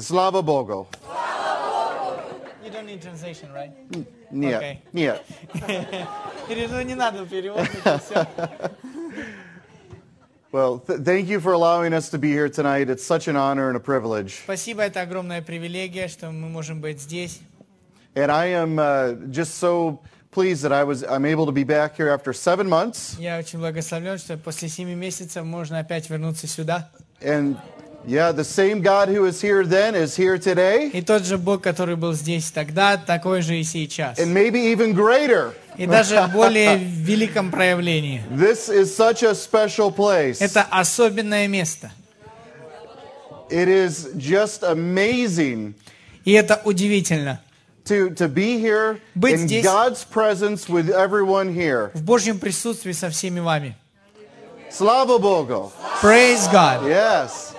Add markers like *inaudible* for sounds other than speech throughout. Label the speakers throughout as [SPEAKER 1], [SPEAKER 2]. [SPEAKER 1] Слава Богу.
[SPEAKER 2] You don't need translation, right?
[SPEAKER 1] Нет,
[SPEAKER 2] Окей.
[SPEAKER 1] нет.
[SPEAKER 2] Перевода ну, не надо перевод, это всё.
[SPEAKER 1] Well, th- thank you for allowing us to be here tonight. It's such an honor and a privilege.
[SPEAKER 2] Спасибо, это огромная привилегия, что мы можем быть здесь.
[SPEAKER 1] And I am uh, just so pleased that I was I'm able to be back here after seven months.
[SPEAKER 2] Я очень благословлен, что после семи месяцев можно опять вернуться сюда.
[SPEAKER 1] And yeah, the same God who was here then is here today,
[SPEAKER 2] И тот же Бог, который был здесь тогда, такой же и сейчас.
[SPEAKER 1] and maybe even greater.
[SPEAKER 2] И даже в более великом проявлении.
[SPEAKER 1] *laughs* This is such a special place.
[SPEAKER 2] Это особенное место.
[SPEAKER 1] It is just amazing
[SPEAKER 2] И это удивительно.
[SPEAKER 1] to, to be here
[SPEAKER 2] Быть
[SPEAKER 1] in
[SPEAKER 2] здесь.
[SPEAKER 1] God's presence with everyone here.
[SPEAKER 2] В Божьем присутствии со всеми вами.
[SPEAKER 1] Slava Bogu.
[SPEAKER 2] Praise God.
[SPEAKER 1] Yes.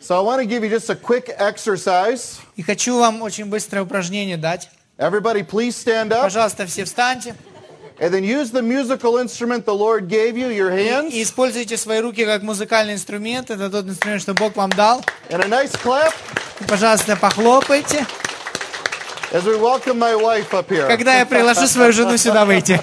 [SPEAKER 1] So I want to give you just a quick exercise.
[SPEAKER 2] И хочу вам очень быстрое упражнение дать.
[SPEAKER 1] Everybody, please stand up
[SPEAKER 2] Пожалуйста, все встаньте
[SPEAKER 1] and then use the musical instrument the Lord gave you, your
[SPEAKER 2] и
[SPEAKER 1] hands,
[SPEAKER 2] используйте свои руки как музыкальный инструмент. Это тот инструмент, что Бог вам дал.
[SPEAKER 1] and a nice clap
[SPEAKER 2] И, пожалуйста, похлопайте,
[SPEAKER 1] as we welcome my wife up here.
[SPEAKER 2] когда я приглашу свою жену сюда выйти.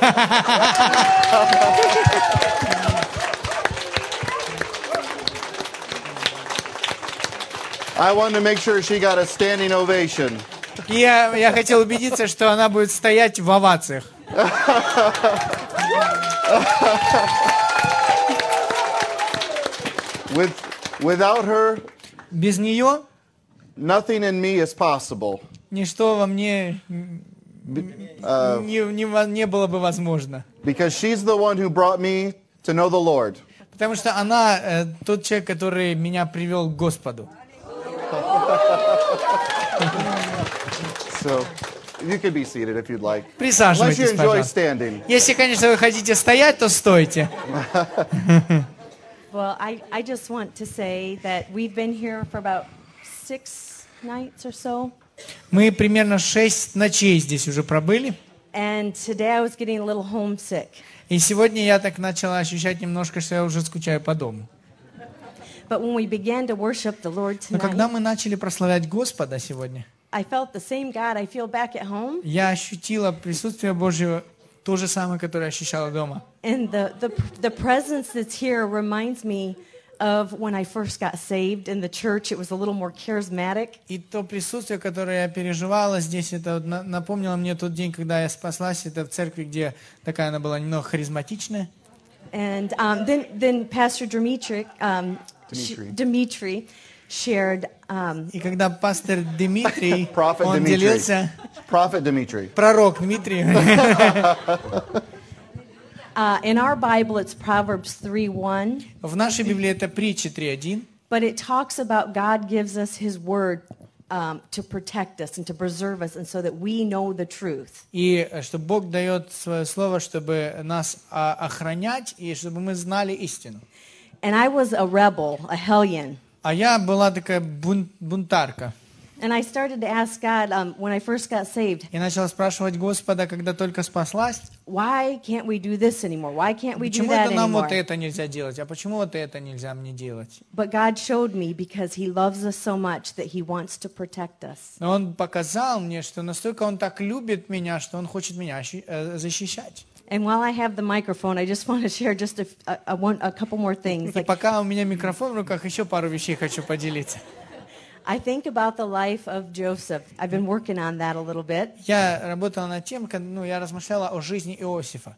[SPEAKER 1] I wanted to make sure she got a standing ovation.
[SPEAKER 2] И я, я хотел убедиться, что она будет стоять в овациях.
[SPEAKER 1] With, without her,
[SPEAKER 2] Без нее
[SPEAKER 1] nothing in me is possible.
[SPEAKER 2] ничто во мне м, не, не во- не было бы возможно.
[SPEAKER 1] Because she's the one who brought me to know the Lord.
[SPEAKER 2] Потому что она э, тот человек, который меня привел к Господу.
[SPEAKER 1] So you can be seated if you'd like. Unless you
[SPEAKER 2] Присаживайтесь,
[SPEAKER 1] enjoy
[SPEAKER 2] пожалуйста.
[SPEAKER 1] standing.
[SPEAKER 2] Если, конечно, вы хотите стоять, то стойте.
[SPEAKER 3] Well, I, I just want to say that we've been here for about six nights or so.
[SPEAKER 2] Мы примерно 6 ночей здесь уже пробыли.
[SPEAKER 3] And today I was getting a little homesick.
[SPEAKER 2] И сегодня я так начала ощущать немножко, что я уже скучаю по дому.
[SPEAKER 3] But when we began to worship the Lord
[SPEAKER 2] Но когда
[SPEAKER 3] tonight,
[SPEAKER 2] мы начали прославлять Господа сегодня,
[SPEAKER 3] I felt the same God I feel back at home.
[SPEAKER 2] я ощутила присутствие Божьего, то же самое, которое ощущала дома.
[SPEAKER 3] And the, the, the presence that's here reminds me of when I first got saved in the church. It was a little more charismatic.
[SPEAKER 2] И то присутствие, которое я переживала здесь, это вот на- напомнило мне тот день, когда я спаслась, это в церкви, где такая она была немного харизматичная.
[SPEAKER 3] And um, then, then Pastor Dimitri, um, sh-
[SPEAKER 1] Dimitri.
[SPEAKER 3] Dimitri shared um,
[SPEAKER 2] И когда пастор Дмитрий,
[SPEAKER 1] Prophet
[SPEAKER 2] он
[SPEAKER 1] Dimitri.
[SPEAKER 2] делился,
[SPEAKER 1] Prophet Dimitri.
[SPEAKER 2] пророк Дмитрий, *laughs*
[SPEAKER 3] Uh, in our Bible, it's Proverbs 3 1,
[SPEAKER 2] в нашей Библии это притча 3.1,
[SPEAKER 3] but it talks about God gives us his word um, to protect us and to preserve us, and so that we know the truth.
[SPEAKER 2] и э, что Бог дает свое слово, чтобы нас а, охранять, и чтобы мы знали истину.
[SPEAKER 3] And I was a rebel, a hellion.
[SPEAKER 2] А я была такая бун- бунтарка.
[SPEAKER 3] And I started to ask God um, when I first got saved,
[SPEAKER 2] Я начала спрашивать Господа, когда только спаслась,
[SPEAKER 3] why can't we do this anymore? Why can't we do
[SPEAKER 2] почему
[SPEAKER 3] that
[SPEAKER 2] это нам
[SPEAKER 3] anymore?
[SPEAKER 2] вот это нельзя делать, а почему вот это нельзя мне делать?
[SPEAKER 3] But God showed me because he loves us so much that he wants to protect us.
[SPEAKER 2] Но он показал мне, что настолько он так любит меня, что он хочет меня ощи- э, защищать.
[SPEAKER 3] And while I have the microphone, I just *laughs* want to share just a, a, a one, a couple more things.
[SPEAKER 2] И *laughs*
[SPEAKER 3] Like,
[SPEAKER 2] пока у меня микрофон в руках, еще пару вещей хочу поделиться.
[SPEAKER 3] I think about the life of Joseph. I've been working on that a little bit.
[SPEAKER 2] Я работала над тем, как- ну, я размышляла о жизни Иосифа.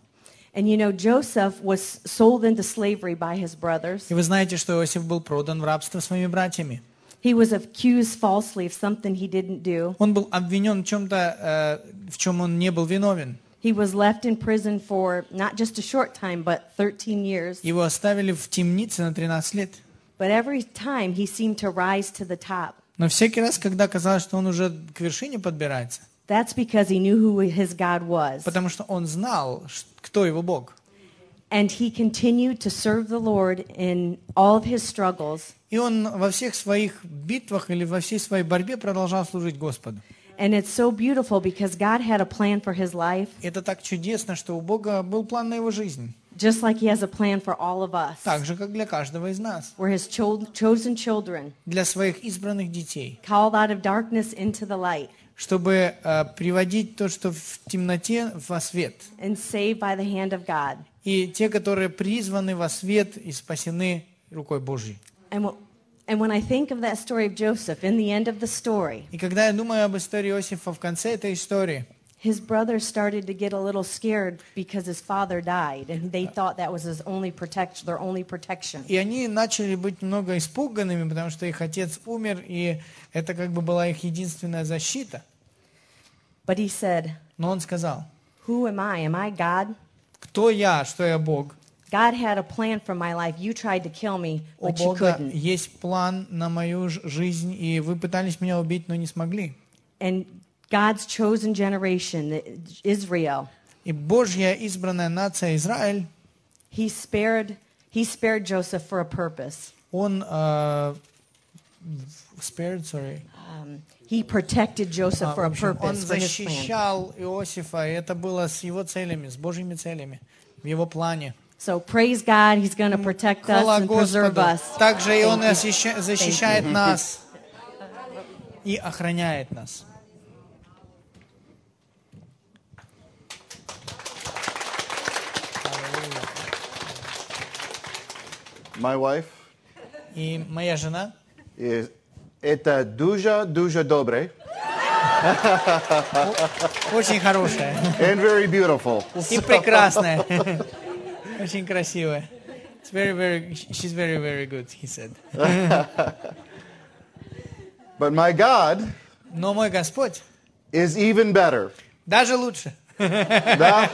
[SPEAKER 3] And you know, Joseph was sold into slavery by his brothers.
[SPEAKER 2] И вы знаете, что Иосиф был продан в рабство своими братьями.
[SPEAKER 3] He was accused falsely of something he didn't do.
[SPEAKER 2] Он был обвинен в чем-то, э, в чем он не был виновен.
[SPEAKER 3] He was left in prison for not just a short time, but 13 years.
[SPEAKER 2] Его оставили в темнице на 13 лет.
[SPEAKER 3] But every time he seemed to rise to the top.
[SPEAKER 2] Но всякий раз, когда казалось, что он уже к вершине подбирается,
[SPEAKER 3] That's because he knew who his God was.
[SPEAKER 2] потому что он знал, ш- кто его Бог.
[SPEAKER 3] And he continued to serve the Lord in all of his struggles.
[SPEAKER 2] И он во всех своих битвах или во всей своей борьбе продолжал служить Господу.
[SPEAKER 3] And it's so beautiful because God had a plan for his life.
[SPEAKER 2] Это так чудесно, что у Бога был план на его жизнь.
[SPEAKER 3] just like He has a plan for all of us.
[SPEAKER 2] так же, как для каждого из нас,
[SPEAKER 3] We're His cho- chosen children,
[SPEAKER 2] для своих избранных детей,
[SPEAKER 3] called out of darkness into the light
[SPEAKER 2] чтобы э, приводить то, что в темноте, во свет.
[SPEAKER 3] and saved by the hand of God.
[SPEAKER 2] И те, которые призваны во свет и spасены рукой Божьей.
[SPEAKER 3] And, wh- and when I think of that story of Joseph, in the end of the story,
[SPEAKER 2] И когда я думаю об истории Иосифа в конце этой истории,
[SPEAKER 3] his brother started to get a little scared because his father died, and they thought that was his only protection, their only protection.
[SPEAKER 2] и они начали быть немного испуганными, потому что их отец умер, и это как бы была их единственная защита.
[SPEAKER 3] But he said,
[SPEAKER 2] Но он сказал,
[SPEAKER 3] Who am I? Am I God?
[SPEAKER 2] кто я, что я Бог?
[SPEAKER 3] God had a plan for my life. You tried to kill me,
[SPEAKER 2] У
[SPEAKER 3] but you
[SPEAKER 2] Бога
[SPEAKER 3] couldn't.
[SPEAKER 2] есть план на мою ж- жизнь, и вы пытались меня убить, но не смогли.
[SPEAKER 3] And God's chosen generation, Israel,
[SPEAKER 2] И Божья избранная нация Израиль,
[SPEAKER 3] he spared, he spared Joseph for a purpose.
[SPEAKER 2] он... э, в- spared, sorry.
[SPEAKER 3] Um, he protected Joseph
[SPEAKER 2] А,
[SPEAKER 3] for
[SPEAKER 2] в
[SPEAKER 3] a
[SPEAKER 2] общем, он
[SPEAKER 3] purpose, for his plan.
[SPEAKER 2] защищал Иосифа, и это было с его целями, с Божьими целями, в его плане.
[SPEAKER 3] So praise God, he's going to protect us
[SPEAKER 2] Хвала
[SPEAKER 3] and preserve
[SPEAKER 2] Господу.
[SPEAKER 3] us.
[SPEAKER 2] Также и
[SPEAKER 3] Thank
[SPEAKER 2] он
[SPEAKER 3] you. Mm-hmm.
[SPEAKER 2] защища- защищает нас и охраняет нас.
[SPEAKER 1] My wife
[SPEAKER 2] И моя жена,
[SPEAKER 1] is это Duja Duja Dobre
[SPEAKER 2] Очень хорошая.
[SPEAKER 3] *laughs*
[SPEAKER 1] and very beautiful.
[SPEAKER 2] И прекрасная. Очень красивая. It's very, very, she's very, very good, he said.
[SPEAKER 1] But my God
[SPEAKER 2] Но мой Господь
[SPEAKER 1] is even better.
[SPEAKER 2] даже лучше.
[SPEAKER 1] Да?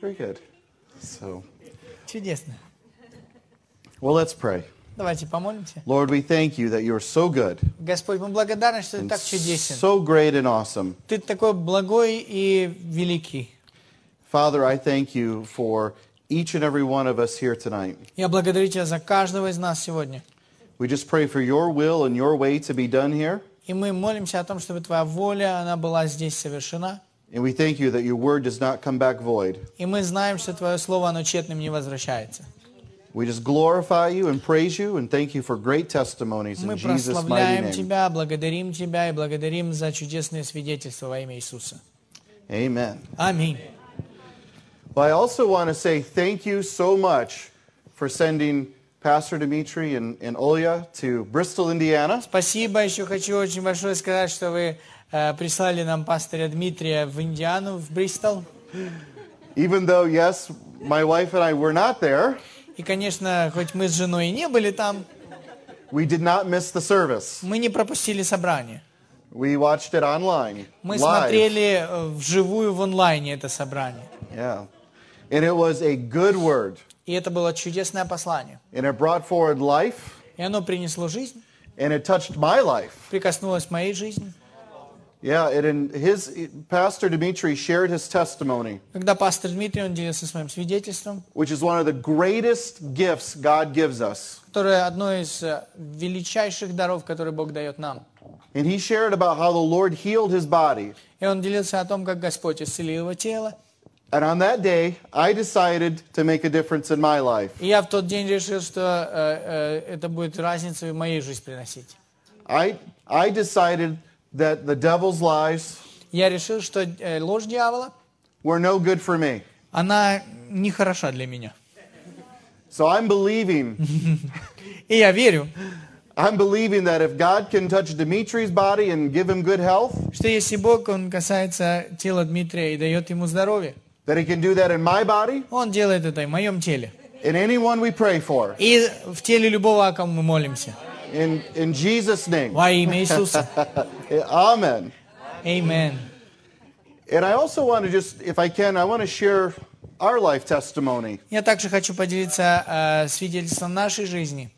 [SPEAKER 1] Very good. So,
[SPEAKER 2] Чудесно.
[SPEAKER 1] well, let's pray.
[SPEAKER 2] Давайте помолимся.
[SPEAKER 1] Lord, we thank you that you're so good,
[SPEAKER 2] Господь, мы благодарны, что ты
[SPEAKER 1] and
[SPEAKER 2] так чудесен.
[SPEAKER 1] so great and awesome.
[SPEAKER 2] Ты такой благой и великий.
[SPEAKER 1] Father, I thank you for each and every one of us here tonight.
[SPEAKER 2] Я благодарю Тебя за каждого из нас сегодня.
[SPEAKER 1] We just pray for your will and your way to be done here.
[SPEAKER 2] И мы молимся о том, чтобы Твоя воля, она была здесь совершена.
[SPEAKER 1] And we thank you that your word does not come back void.
[SPEAKER 2] И мы знаем, что Твое Слово, оно тщетным не возвращается.
[SPEAKER 1] We just glorify you and praise you and thank you for great testimonies
[SPEAKER 2] Мы
[SPEAKER 1] in Jesus' mighty
[SPEAKER 2] прославляем
[SPEAKER 1] name.
[SPEAKER 2] Тебя, благодарим Тебя и благодарим за чудесные свидетельства во имя Иисуса.
[SPEAKER 1] Amen.
[SPEAKER 2] Аминь.
[SPEAKER 1] Well, I also want to say thank you so much for sending Pastor Dimitri and, and Olya to Bristol, Indiana.
[SPEAKER 2] Спасибо. Еще хочу очень большое сказать, что вы э, прислали нам пастыря Дмитрия в Индиану, в Бристол.
[SPEAKER 1] Even though, yes, my wife and I were not there,
[SPEAKER 2] И, конечно, хоть мы с женой и не были там,
[SPEAKER 1] we did not miss the service.
[SPEAKER 2] мы не пропустили собрание.
[SPEAKER 1] We watched it online.
[SPEAKER 2] Мы
[SPEAKER 1] live.
[SPEAKER 2] смотрели э, вживую в онлайне это собрание.
[SPEAKER 1] Yeah. And it was a good word.
[SPEAKER 2] И это было чудесное послание.
[SPEAKER 1] And it brought forward life,
[SPEAKER 2] И оно принесло жизнь,
[SPEAKER 1] and it touched my life.
[SPEAKER 2] прикоснулось к моей жизни.
[SPEAKER 1] Yeah, it, and his Pastor Dimitri shared his testimony,
[SPEAKER 2] Когда пастор Дмитрий, он делился своим свидетельством,
[SPEAKER 1] which is one of the greatest gifts God gives us.
[SPEAKER 2] которое одно из э, величайших даров, которые Бог дает нам.
[SPEAKER 1] And he shared about how the Lord healed his body.
[SPEAKER 2] И он делился о том, как Господь исцелил его тело.
[SPEAKER 1] And on that day, I decided to make a difference in my life.
[SPEAKER 2] И я в тот день решил, что э, э, это будет разница в моей жизни приносить.
[SPEAKER 1] I, I decided that the devil's lies
[SPEAKER 2] Я решил, что э, ложь дьявола,
[SPEAKER 1] were no good for me.
[SPEAKER 2] она нехороша для меня.
[SPEAKER 1] So I'm believing,
[SPEAKER 2] И я верю,
[SPEAKER 1] I'm believing that if God can touch Dimitri's body and give him good health,
[SPEAKER 2] что если Бог, Он касается тела Дмитрия и дает ему здоровье,
[SPEAKER 1] that he can do that in my body
[SPEAKER 2] Он делает это и в моем теле.
[SPEAKER 1] and anyone we pray for.
[SPEAKER 2] И в теле любого, о ком мы молимся.
[SPEAKER 1] In, in Jesus' name.
[SPEAKER 2] Во
[SPEAKER 1] *laughs*
[SPEAKER 2] имя Иисуса.
[SPEAKER 1] Eh, Amen.
[SPEAKER 2] Amen.
[SPEAKER 1] And I also want to just, if I can, I want to share our life testimony
[SPEAKER 2] Я также хочу поделиться э, свидетельством нашей жизни.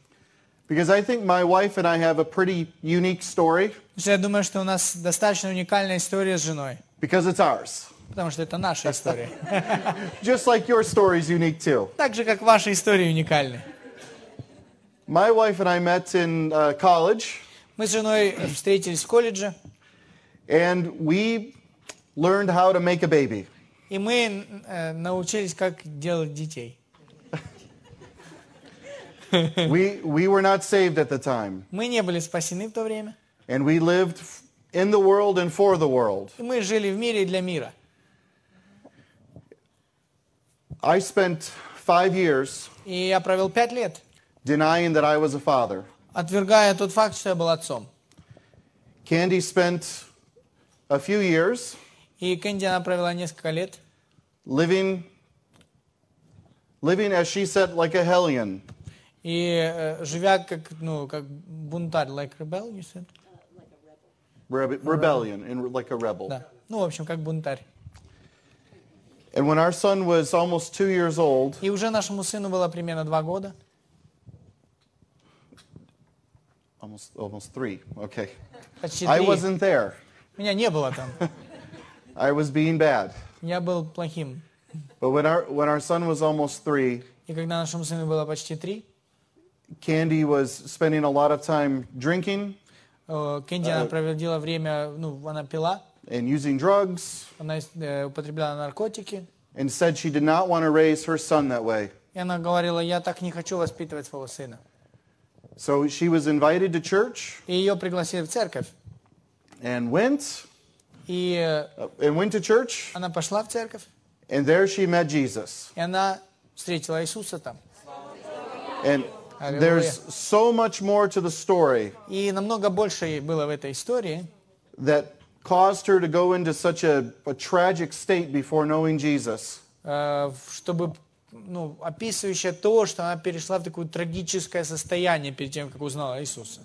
[SPEAKER 1] because I think my wife and I have a pretty unique story
[SPEAKER 2] Потому что я думаю, что у нас достаточно уникальная история с женой.
[SPEAKER 1] because it's ours.
[SPEAKER 2] Потому что это наша история.
[SPEAKER 1] Just like your story is unique too.
[SPEAKER 2] Так же, как ваша история уникальна.
[SPEAKER 1] My wife and I met in uh, college,
[SPEAKER 2] Мы с женой встретились в колледже,
[SPEAKER 1] and we learned how to make a baby.
[SPEAKER 2] И мы э, научились, как делать детей.
[SPEAKER 1] we, we were not saved at the time,
[SPEAKER 2] Мы не были спасены в то время.
[SPEAKER 1] and we lived f- in the world and for the world.
[SPEAKER 2] И мы жили в мире для мира.
[SPEAKER 1] I spent five years
[SPEAKER 2] И я провел пять лет,
[SPEAKER 1] denying that I was a father.
[SPEAKER 2] отвергая тот факт, что я был отцом.
[SPEAKER 1] Candy spent a few years
[SPEAKER 2] И Кэнди, она провела несколько лет,
[SPEAKER 1] living, living as she said, like a hellion.
[SPEAKER 2] и э, живя как, ну, как бунтарь, like rebel, you said?
[SPEAKER 1] Rebe- rebellion and like a rebel.
[SPEAKER 2] Да. Ну, в общем, как бунтарь.
[SPEAKER 1] And when our son was almost two years old,
[SPEAKER 2] И уже нашему сыну было примерно два года.
[SPEAKER 1] almost almost three. Okay,
[SPEAKER 2] Почти
[SPEAKER 1] I
[SPEAKER 2] три.
[SPEAKER 1] wasn't there.
[SPEAKER 2] Меня не было там.
[SPEAKER 1] I was being bad.
[SPEAKER 2] Я был плохим.
[SPEAKER 1] But when our when our son was almost three,
[SPEAKER 2] И когда нашему сыну было почти три,
[SPEAKER 1] Candy was spending a lot of time drinking
[SPEAKER 2] э, Кэнди, она проводила время, ну, она пила,
[SPEAKER 1] and using drugs,
[SPEAKER 2] она э, употребляла наркотики.
[SPEAKER 1] and said she did not want to raise her son that way.
[SPEAKER 2] И она говорила, я так не хочу воспитывать своего сына.
[SPEAKER 1] So she was invited to church
[SPEAKER 2] И ее пригласили в церковь.
[SPEAKER 1] and went
[SPEAKER 2] И э,
[SPEAKER 1] uh, and went to church,
[SPEAKER 2] она пошла в церковь,
[SPEAKER 1] and there she met Jesus.
[SPEAKER 2] и она встретила Иисуса там.
[SPEAKER 1] And there's so much more to the story
[SPEAKER 2] И намного больше ей было в этой истории,
[SPEAKER 1] that caused her to go into such a, a tragic state before knowing Jesus.
[SPEAKER 2] э, в- чтобы, ну, описывающее то, что она перешла в такое трагическое состояние перед тем, как узнала Иисуса.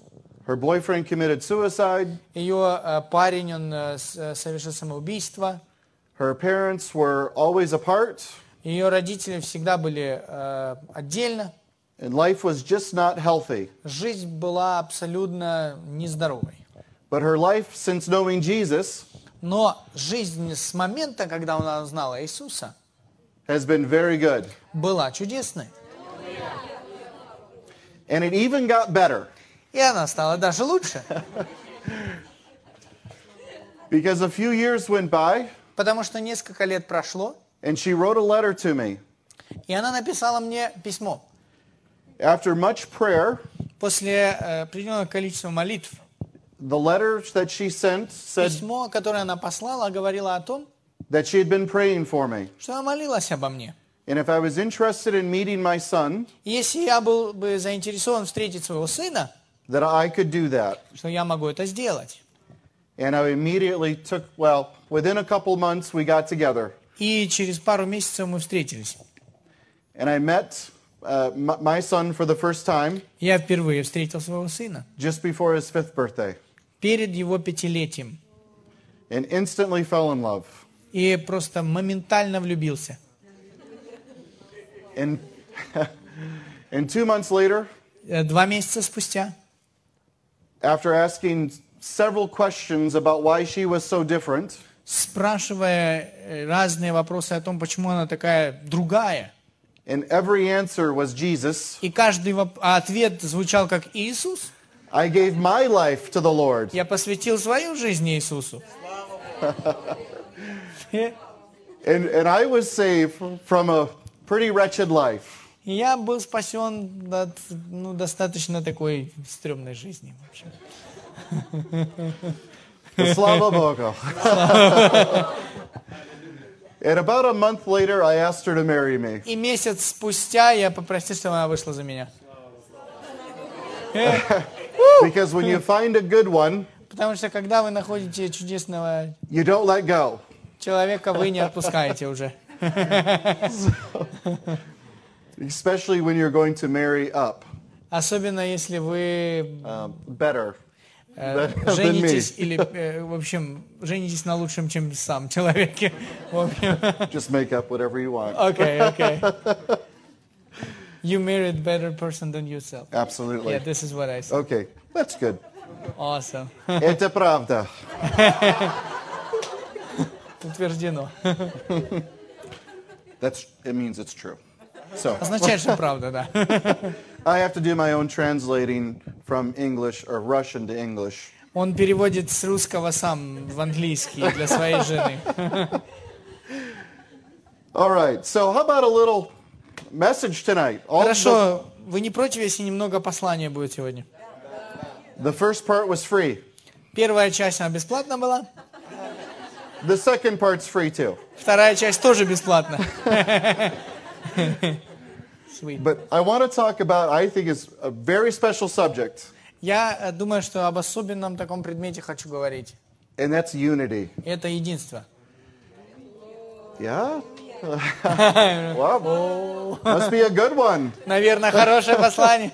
[SPEAKER 1] Her boyfriend committed suicide.
[SPEAKER 2] Ее э, парень, он э, с- э, совершил самоубийство.
[SPEAKER 1] Her parents were always apart,
[SPEAKER 2] Ее родители всегда были э, отдельно.
[SPEAKER 1] and life was just not healthy.
[SPEAKER 2] Жизнь была абсолютно нездоровой.
[SPEAKER 1] But her life since knowing Jesus
[SPEAKER 2] Но жизнь с момента, когда она узнала Иисуса,
[SPEAKER 1] has been very good.
[SPEAKER 2] была чудесной.
[SPEAKER 1] And it even got better
[SPEAKER 2] И она стала даже лучше.
[SPEAKER 1] because a few years went by,
[SPEAKER 2] Потому что несколько лет прошло,
[SPEAKER 1] and she wrote a letter to me.
[SPEAKER 2] и она написала мне письмо.
[SPEAKER 1] After much prayer,
[SPEAKER 2] После э, определенного количества молитв,
[SPEAKER 1] the letter that she sent said
[SPEAKER 2] письмо, которое она послала, говорило о том,
[SPEAKER 1] that she had been praying for me.
[SPEAKER 2] что она молилась обо мне.
[SPEAKER 1] And if I was interested in meeting my son,
[SPEAKER 2] И Если я был бы заинтересован встретить своего сына,
[SPEAKER 1] that I could do that.
[SPEAKER 2] что я могу это сделать.
[SPEAKER 1] And I immediately took, well, within a couple months, we got together.
[SPEAKER 2] И через пару месяцев мы встретились.
[SPEAKER 1] And I met uh, m- my son for the first time
[SPEAKER 2] Я впервые встретил своего сына
[SPEAKER 1] just before his fifth birthday
[SPEAKER 2] перед его пятилетием.
[SPEAKER 1] and instantly fell in love.
[SPEAKER 2] И просто моментально влюбился.
[SPEAKER 1] And, *laughs* and two months later,
[SPEAKER 2] Э, Два месяца спустя
[SPEAKER 1] after asking several questions about why she was so different,
[SPEAKER 2] спрашивая э, разные вопросы о том, почему она такая другая.
[SPEAKER 1] and every answer was Jesus,
[SPEAKER 2] И каждый воп- а ответ звучал как Иисус.
[SPEAKER 1] I gave my life to the Lord.
[SPEAKER 2] Я посвятил свою жизнь Иисусу. И
[SPEAKER 1] And, and I was saved from a pretty wretched life.
[SPEAKER 2] *laughs* Я был спасен от ну, достаточно такой стрёмной жизни. в общем.
[SPEAKER 1] Slava Bogu.
[SPEAKER 2] *laughs*
[SPEAKER 1] and about a month later, I asked her to marry me.
[SPEAKER 2] И месяц спустя я попросил, чтобы она вышла за меня.
[SPEAKER 1] Because when you find a good one,
[SPEAKER 2] Потому что когда вы находите чудесного
[SPEAKER 1] you don't let go.
[SPEAKER 2] человека, вы не отпускаете уже.
[SPEAKER 1] Especially when you're going to marry up.
[SPEAKER 2] Особенно если вы
[SPEAKER 1] Um, better. *laughs*
[SPEAKER 2] э,
[SPEAKER 1] than- than
[SPEAKER 2] женитесь
[SPEAKER 1] me.
[SPEAKER 2] или, э, в общем, женитесь на лучшем, чем сам человеке. В общем,
[SPEAKER 1] Just make up whatever you want.
[SPEAKER 2] Окей, окей. You married better person than yourself.
[SPEAKER 1] Absolutely.
[SPEAKER 2] Yeah, this is what I said.
[SPEAKER 1] Okay, that's good.
[SPEAKER 2] *laughs* Awesome. *laughs*
[SPEAKER 1] Это правда.
[SPEAKER 2] Утверждено.
[SPEAKER 1] That's, it means it's true. So
[SPEAKER 2] *laughs* Означает, что правда, да.
[SPEAKER 1] I have to do my own translating from English or Russian to English.
[SPEAKER 2] Он переводит с русского сам в английский для *laughs* своей жены.
[SPEAKER 1] All right. So, how about a little message tonight? All the,
[SPEAKER 2] Хорошо, вы не против, если немного послания будет сегодня?
[SPEAKER 1] the first part was free.
[SPEAKER 2] Первая часть, она бесплатна была.
[SPEAKER 1] The second part's free too.
[SPEAKER 2] Вторая часть тоже бесплатна. *laughs* Sweet.
[SPEAKER 1] But I want to talk about I think is a very special subject,
[SPEAKER 2] Я э, думаю, что об особенном таком предмете хочу говорить.
[SPEAKER 1] and that's unity.
[SPEAKER 2] Это единство.
[SPEAKER 1] Yeah? *laughs* wow. Must be a good one.
[SPEAKER 2] Наверное, *laughs* хорошее послание.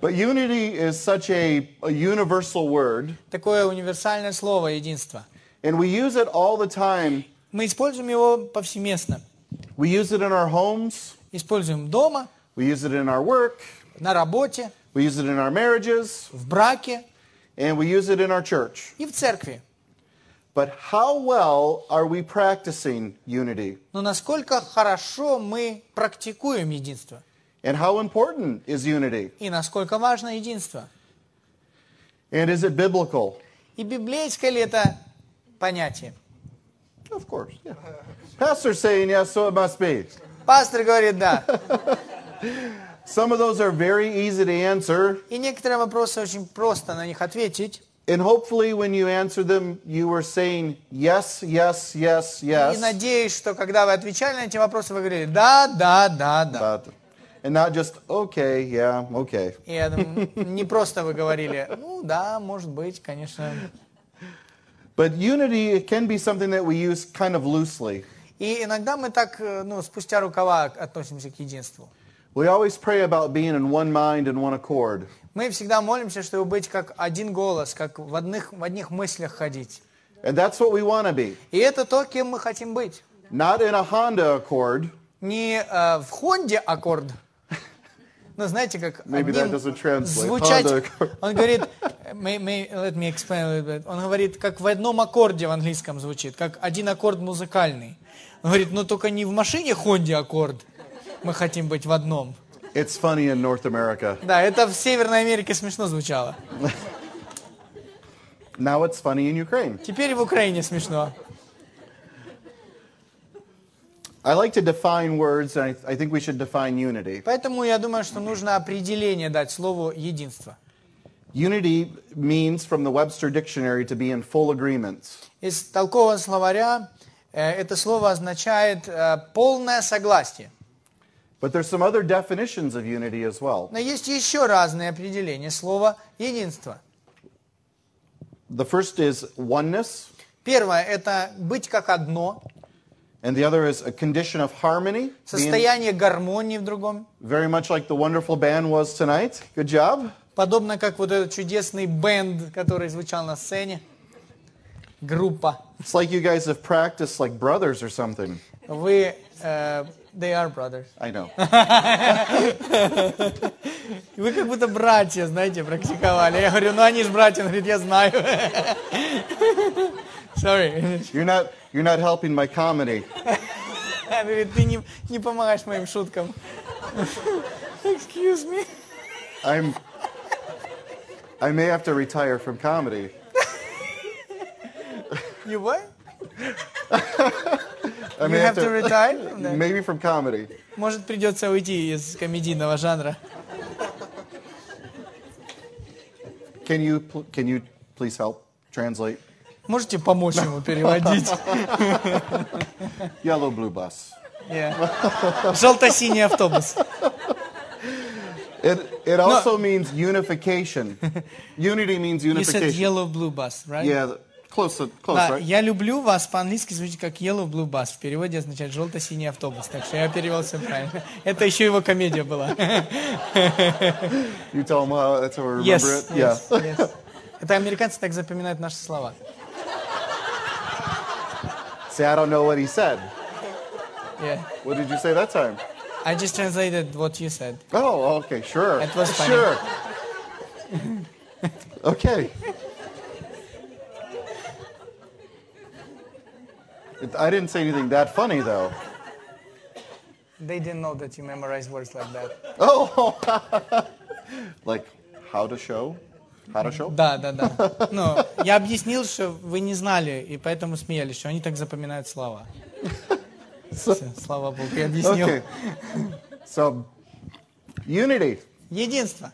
[SPEAKER 1] But unity is such a, a universal word,
[SPEAKER 2] Такое универсальное слово единство.
[SPEAKER 1] and we use it all the time.
[SPEAKER 2] Мы используем его повсеместно.
[SPEAKER 1] We use it in our homes,
[SPEAKER 2] Используем дома,
[SPEAKER 1] we use it in our work,
[SPEAKER 2] на работе,
[SPEAKER 1] we use it in our marriages,
[SPEAKER 2] в браке
[SPEAKER 1] and we use it in our church.
[SPEAKER 2] и в церкви.
[SPEAKER 1] But how well are we practicing unity?
[SPEAKER 2] Но насколько хорошо мы практикуем единство?
[SPEAKER 1] And how important is unity?
[SPEAKER 2] И насколько важно единство?
[SPEAKER 1] And is it biblical?
[SPEAKER 2] И библейское ли это понятие?
[SPEAKER 1] Of course, yeah. Pastor's saying yes, so it must be.
[SPEAKER 2] Пастор говорит да.
[SPEAKER 1] Some of those are very easy to answer,
[SPEAKER 2] И некоторые вопросы очень просто на них ответить.
[SPEAKER 1] and hopefully when you answer them, you were saying yes, yes, yes,
[SPEAKER 2] И
[SPEAKER 1] yes.
[SPEAKER 2] надеюсь, что когда вы отвечали на эти вопросы, вы говорили да, да, да, да.
[SPEAKER 1] But- and not just, okay, yeah, okay.
[SPEAKER 2] И я думаю, не просто вы говорили, ну да, может быть, конечно.
[SPEAKER 1] But unity it can be something that we use kind of loosely.
[SPEAKER 2] И иногда мы так, э, ну, спустя рукава относимся к единству.
[SPEAKER 1] We always pray about being in one mind and one accord.
[SPEAKER 2] Мы всегда молимся, чтобы быть как один голос, как в одних, в одних мыслях ходить.
[SPEAKER 1] And that's what we want to be.
[SPEAKER 2] И это то, кем мы хотим быть.
[SPEAKER 1] Not in a Honda Accord.
[SPEAKER 2] Не э, в Хонде аккорд. Ну, знаете, как
[SPEAKER 1] Maybe that
[SPEAKER 2] одним
[SPEAKER 1] doesn't translate.
[SPEAKER 2] звучать...
[SPEAKER 1] Honda Accord.
[SPEAKER 2] Он говорит, may- may- let me explain a little bit. он говорит, как в одном аккорде в английском звучит, как один аккорд музыкальный. Он говорит, ну только не в машине Хонде аккорд, мы хотим быть в одном.
[SPEAKER 1] It's funny in North America.
[SPEAKER 2] Да, это в Северной Америке смешно звучало.
[SPEAKER 1] Now it's funny in Ukraine.
[SPEAKER 2] Теперь и в Украине смешно.
[SPEAKER 1] I like to define words, and I, I think we should define unity.
[SPEAKER 2] Поэтому я думаю, что нужно определение дать слову единство.
[SPEAKER 1] Unity means, from the Webster Dictionary, to be in full agreement.
[SPEAKER 2] Из толкового словаря э, это слово означает э, полное согласие.
[SPEAKER 1] But there's some other definitions of unity as well.
[SPEAKER 2] Но есть еще разные определения слова единство.
[SPEAKER 1] The first is oneness,
[SPEAKER 2] Первое – это быть как одно,
[SPEAKER 1] and the other is a condition of harmony, being
[SPEAKER 2] состояние гармонии в другом,
[SPEAKER 1] very much like the wonderful band was tonight. Good job.
[SPEAKER 2] подобно как вот этот чудесный бенд, который звучал на сцене, группа.
[SPEAKER 1] It's like you guys have practiced like brothers or something.
[SPEAKER 2] Вы, э, they are brothers.
[SPEAKER 1] I know. *laughs*
[SPEAKER 2] Вы как будто братья, знаете, практиковали. Я говорю, ну они же братья. Он говорит, я знаю. Sorry.
[SPEAKER 1] You're not, you're not helping my comedy.
[SPEAKER 2] Он говорит, ты не, не помогаешь моим шуткам. Excuse me.
[SPEAKER 1] I'm, I may have to retire from comedy.
[SPEAKER 2] You what?
[SPEAKER 1] I
[SPEAKER 2] You
[SPEAKER 1] may
[SPEAKER 2] have to retire? Да.
[SPEAKER 1] Maybe from comedy.
[SPEAKER 2] Может, придется уйти из комедийного жанра.
[SPEAKER 1] Can you pl- can you please help translate
[SPEAKER 2] Можете помочь ему переводить?
[SPEAKER 1] *laughs* yellow blue bus?
[SPEAKER 2] Yeah. Желто-синий автобус.
[SPEAKER 1] It it also means unification.
[SPEAKER 2] *laughs*
[SPEAKER 1] Unity means
[SPEAKER 2] You said
[SPEAKER 1] unification.
[SPEAKER 2] yellow blue bus, right?
[SPEAKER 1] Yeah, th- close uh, close,
[SPEAKER 2] Да,
[SPEAKER 1] right?
[SPEAKER 2] я люблю вас по-английски звучит как Yellow Blue Bus. В переводе означает желто-синий автобус. Так что я перевел все правильно. Это еще его комедия была.
[SPEAKER 1] You tell them how that's how I remember
[SPEAKER 2] Yes,
[SPEAKER 1] it.
[SPEAKER 2] yes,
[SPEAKER 1] Yeah.
[SPEAKER 2] yes. Это американцы так запоминают наши слова.
[SPEAKER 1] *laughs* See, I don't know what he said.
[SPEAKER 2] Yeah.
[SPEAKER 1] What did you say that time?
[SPEAKER 2] I just translated what you said.
[SPEAKER 1] Oh, okay, sure.
[SPEAKER 2] That was funny.
[SPEAKER 1] Sure. okay. It- I didn't say anything that funny though.
[SPEAKER 2] They didn't know that
[SPEAKER 1] *laughs*
[SPEAKER 2] you memorize words like that.
[SPEAKER 1] Oh, like how to show? Хорошо?
[SPEAKER 2] Да, да, да. Но я объяснил, что вы не знали, и поэтому смеялись, что они так запоминают слова. Всё, слава Богу, я объяснил.
[SPEAKER 1] Okay. So, unity.
[SPEAKER 2] Единство.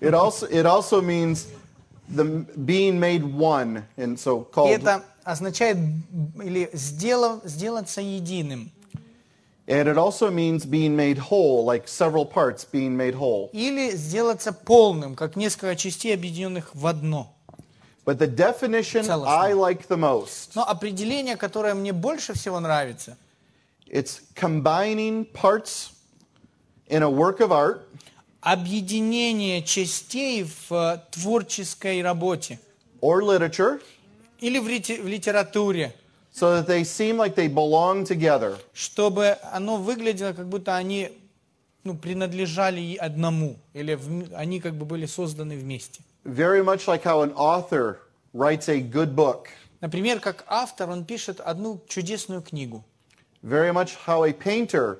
[SPEAKER 1] It also it also means the being made one, and so
[SPEAKER 2] И
[SPEAKER 1] called.
[SPEAKER 2] это означает м, или сделав, сделаться единым.
[SPEAKER 1] And it also means being made whole, like several parts being made whole.
[SPEAKER 2] Или сделаться полным, как несколько частей, объединенных в одно.
[SPEAKER 1] But the definition
[SPEAKER 2] Tell us
[SPEAKER 1] I
[SPEAKER 2] now.
[SPEAKER 1] like the most,
[SPEAKER 2] Но определение, которое мне больше всего нравится,
[SPEAKER 1] it's combining parts in a work of art
[SPEAKER 2] объединение частей в э, творческой работе
[SPEAKER 1] or literature
[SPEAKER 2] или в, рите- в литературе,
[SPEAKER 1] so that they seem like they belong together.
[SPEAKER 2] чтобы оно выглядело, как будто они ну, принадлежали и одному, или вм- они как бы были созданы вместе.
[SPEAKER 1] Very much like how an author writes a good book,
[SPEAKER 2] Например, как автор, он пишет одну чудесную книгу.
[SPEAKER 1] very much how a painter